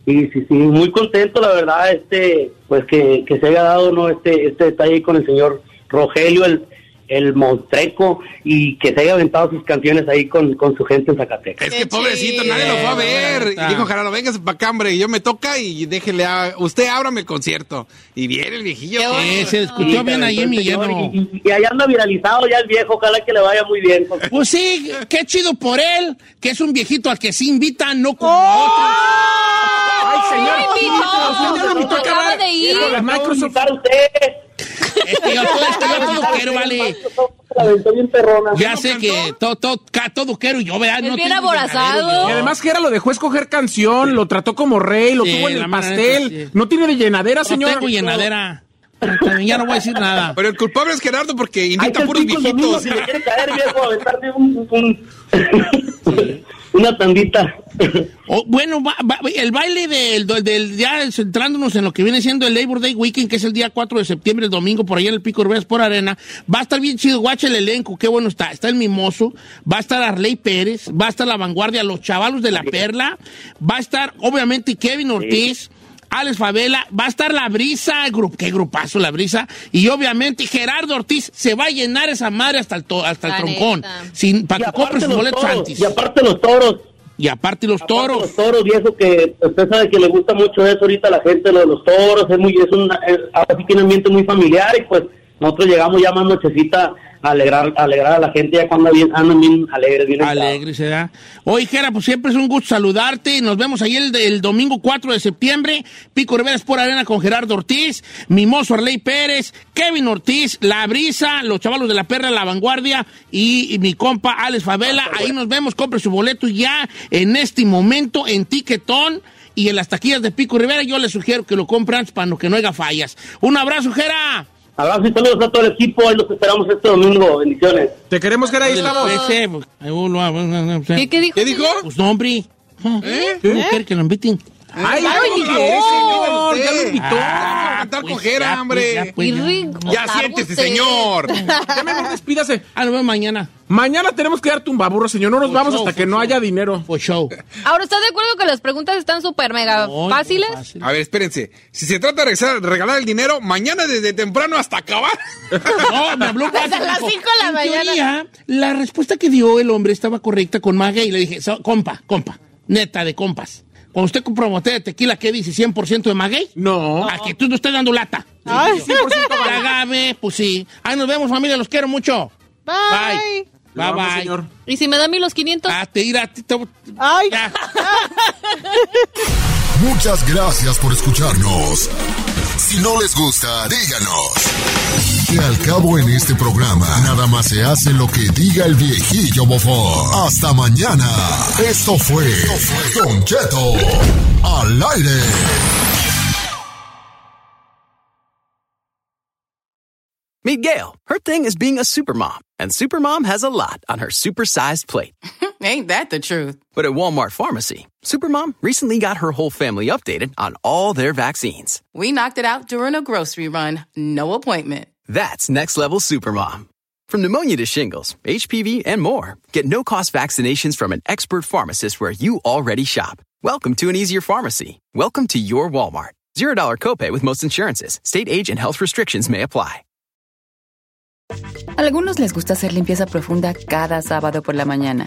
S16: Sí, sí, sí, muy contento, la verdad, este, pues que, que se haya dado no este, este detalle con el señor Rogelio, el, el monstreco, y que se haya aventado sus canciones ahí con, con su gente en Zacatecas.
S6: Es que pobrecito, nadie lo fue a ver. Y dijo, Jaralo, véngase para acá, hombre, y yo me toca y déjele a... Usted ábrame el concierto. Y viene el viejillo.
S2: Sí, se escuchó bien ahí Ah. en mi yerno.
S16: Y, y ahí anda viralizado ya el viejo, ojalá que le vaya muy bien. con-
S2: Pues sí, qué chido por él, que es un viejito al que sí invitan, no como
S4: ¡Ay, señor!
S3: Usted ya lo invitó a acabar.
S4: de ir.
S3: Con la Microsoft.
S2: otros. Es que Este, yo, todo- es que yo todo quiero, vale. Ya sé que todo, todo, ca- todo quiero yo, ¿verdad?
S4: Es bien
S2: tengo
S4: aborazado.
S2: llenadero
S3: Y
S2: yo.
S3: además Jera lo dejó escoger canción, lo trató como rey, lo
S2: Sí,
S3: tuvo en
S2: la
S3: el
S2: mera
S3: pastel.
S2: neta, sí.
S3: No tiene de llenadera,
S2: No
S3: señor.
S2: tengo llenadera. Ya no voy a decir nada.
S6: Pero el culpable es Gerardo porque
S16: Ahí está
S6: invita
S16: el
S6: puros
S16: pico el domingo,
S6: viejitos.
S16: si le quiere caer, viejo, aventarse un- un- una tandita.
S2: O, Oh, bueno, va- va- el baile del, del, del- ya centrándonos en lo que viene siendo el Labor Day Weekend, que es el día 4 de septiembre, el domingo, por allá en el Pico Urbes por Arena, va a estar bien chido, guacha el elenco, qué bueno está, está el Mimoso, va a estar Arley Pérez, va a estar La Vanguardia, los chavalos de La Perla, va a estar obviamente Kevin Ortiz, Alex Favela, va a estar La Brisa, el grupo, qué grupazo La Brisa, y obviamente Gerardo Ortiz se va a llenar esa madre hasta el, to- hasta el
S4: La
S2: troncón,
S4: neta.
S2: sin, para
S16: Y
S2: que
S16: aparte
S2: compres sus
S16: los
S2: boletos
S16: toros,
S2: antes.
S16: Y aparte los toros.
S2: Y aparte los toros.
S16: Los toros, viejo, que usted sabe que le gusta mucho eso ahorita a la gente, lo de los toros, es muy, es un, es- ahora sí tiene un ambiente muy familiar y pues nosotros llegamos ya más nochecita a alegrar, a alegrar a la gente ya cuando bien, andan bien alegres, bien
S2: Alegre, se da. Oye, Jera, pues siempre es un gusto saludarte. Nos vemos ahí el, el domingo 4 de septiembre. Pico Rivera por Arena con Gerardo Ortiz, Mimoso Arley Pérez, Kevin Ortiz, La Brisa, los chavalos de la Perra, La Vanguardia y, y mi compa Alex Favela. Ahí nos vemos. Compre su boleto ya en este momento en Tiquetón. Y en las taquillas de Pico Rivera yo les sugiero que lo compran para no- que no haya fallas. Un abrazo, Jera.
S16: Abrazos y saludos a todo el equipo, ahí los esperamos este domingo, bendiciones.
S3: Te queremos, Jera, ahí estamos.
S2: Ese, pues, ahí lo hago, no sé.
S4: ¿Qué, qué dijo?
S6: ¿Qué dijo?
S2: Pues no, hombre. ¿Eh? ¿Cómo quiere que lo inviten?
S3: Ay,
S6: Ay,
S3: no,
S6: por
S3: no,
S6: favor,
S3: ya lo invitó.
S6: Ah, cantar
S2: Pues
S6: con
S2: ya,
S6: Jera,
S2: pues, ya,
S6: hombre.
S2: pues, ya.
S6: Ya siéntese, señor.
S3: Ya mejor despídase.
S2: Ah, nos vemos mañana.
S3: Mañana tenemos que dar tumbaburro, señor. No nos
S2: Por
S3: vamos
S2: show,
S3: hasta
S2: por
S3: que no
S2: show.
S3: haya dinero.
S2: Por show.
S4: Ahora, ¿estás de acuerdo que las preguntas están súper mega
S2: Muy, muy
S4: fáciles?
S2: fácil.
S6: A ver, espérense. Si se trata de regresar- regalar el dinero, mañana desde temprano hasta acabar.
S2: No, me habló un vato,
S4: Desde las
S2: dijo,
S4: cinco de la
S2: "En
S4: mañana".
S2: teoría, la respuesta que dio el hombre estaba correcta con Maga y le dije, "So- compa, compa, neta de compas. Cuando usted compra una botella de tequila, ¿qué dice? ¿100% de maguey?
S3: No.
S2: A que tú no estés dando lata.
S5: Ay,
S2: Sí, yo. La agave, pues sí. Ahí nos vemos, familia. Los quiero mucho.
S5: Bye.
S3: Lo
S2: Bye,
S3: amo,
S2: bye.
S3: señor.
S4: ¿Y si me dan mí los 500?
S2: A te ir a ti. te-
S5: Ay.
S2: Ya.
S10: Muchas gracias por escucharnos. Si no les gusta, díganos. Que al cabo en este programa, nada más se hace lo que diga el viejillo bofón. Hasta mañana. Esto fue Don Cheto al aire.
S17: Meet Gail. Her thing is being a supermom, and supermom has a lot on her supersized plate.
S18: Ain't that the truth?
S17: But at Walmart Pharmacy, supermom recently got her whole family updated on all their vaccines.
S18: We knocked it out during a grocery run. No appointment.
S17: That's next level supermom. From pneumonia to shingles, HPV, and more, get no cost vaccinations from an expert pharmacist where you already shop. Welcome to an easier pharmacy. Welcome to your Walmart. $0 copay with most insurances. State age and health restrictions may apply.
S19: Algunos les gusta hacer limpieza profunda cada sábado por la mañana.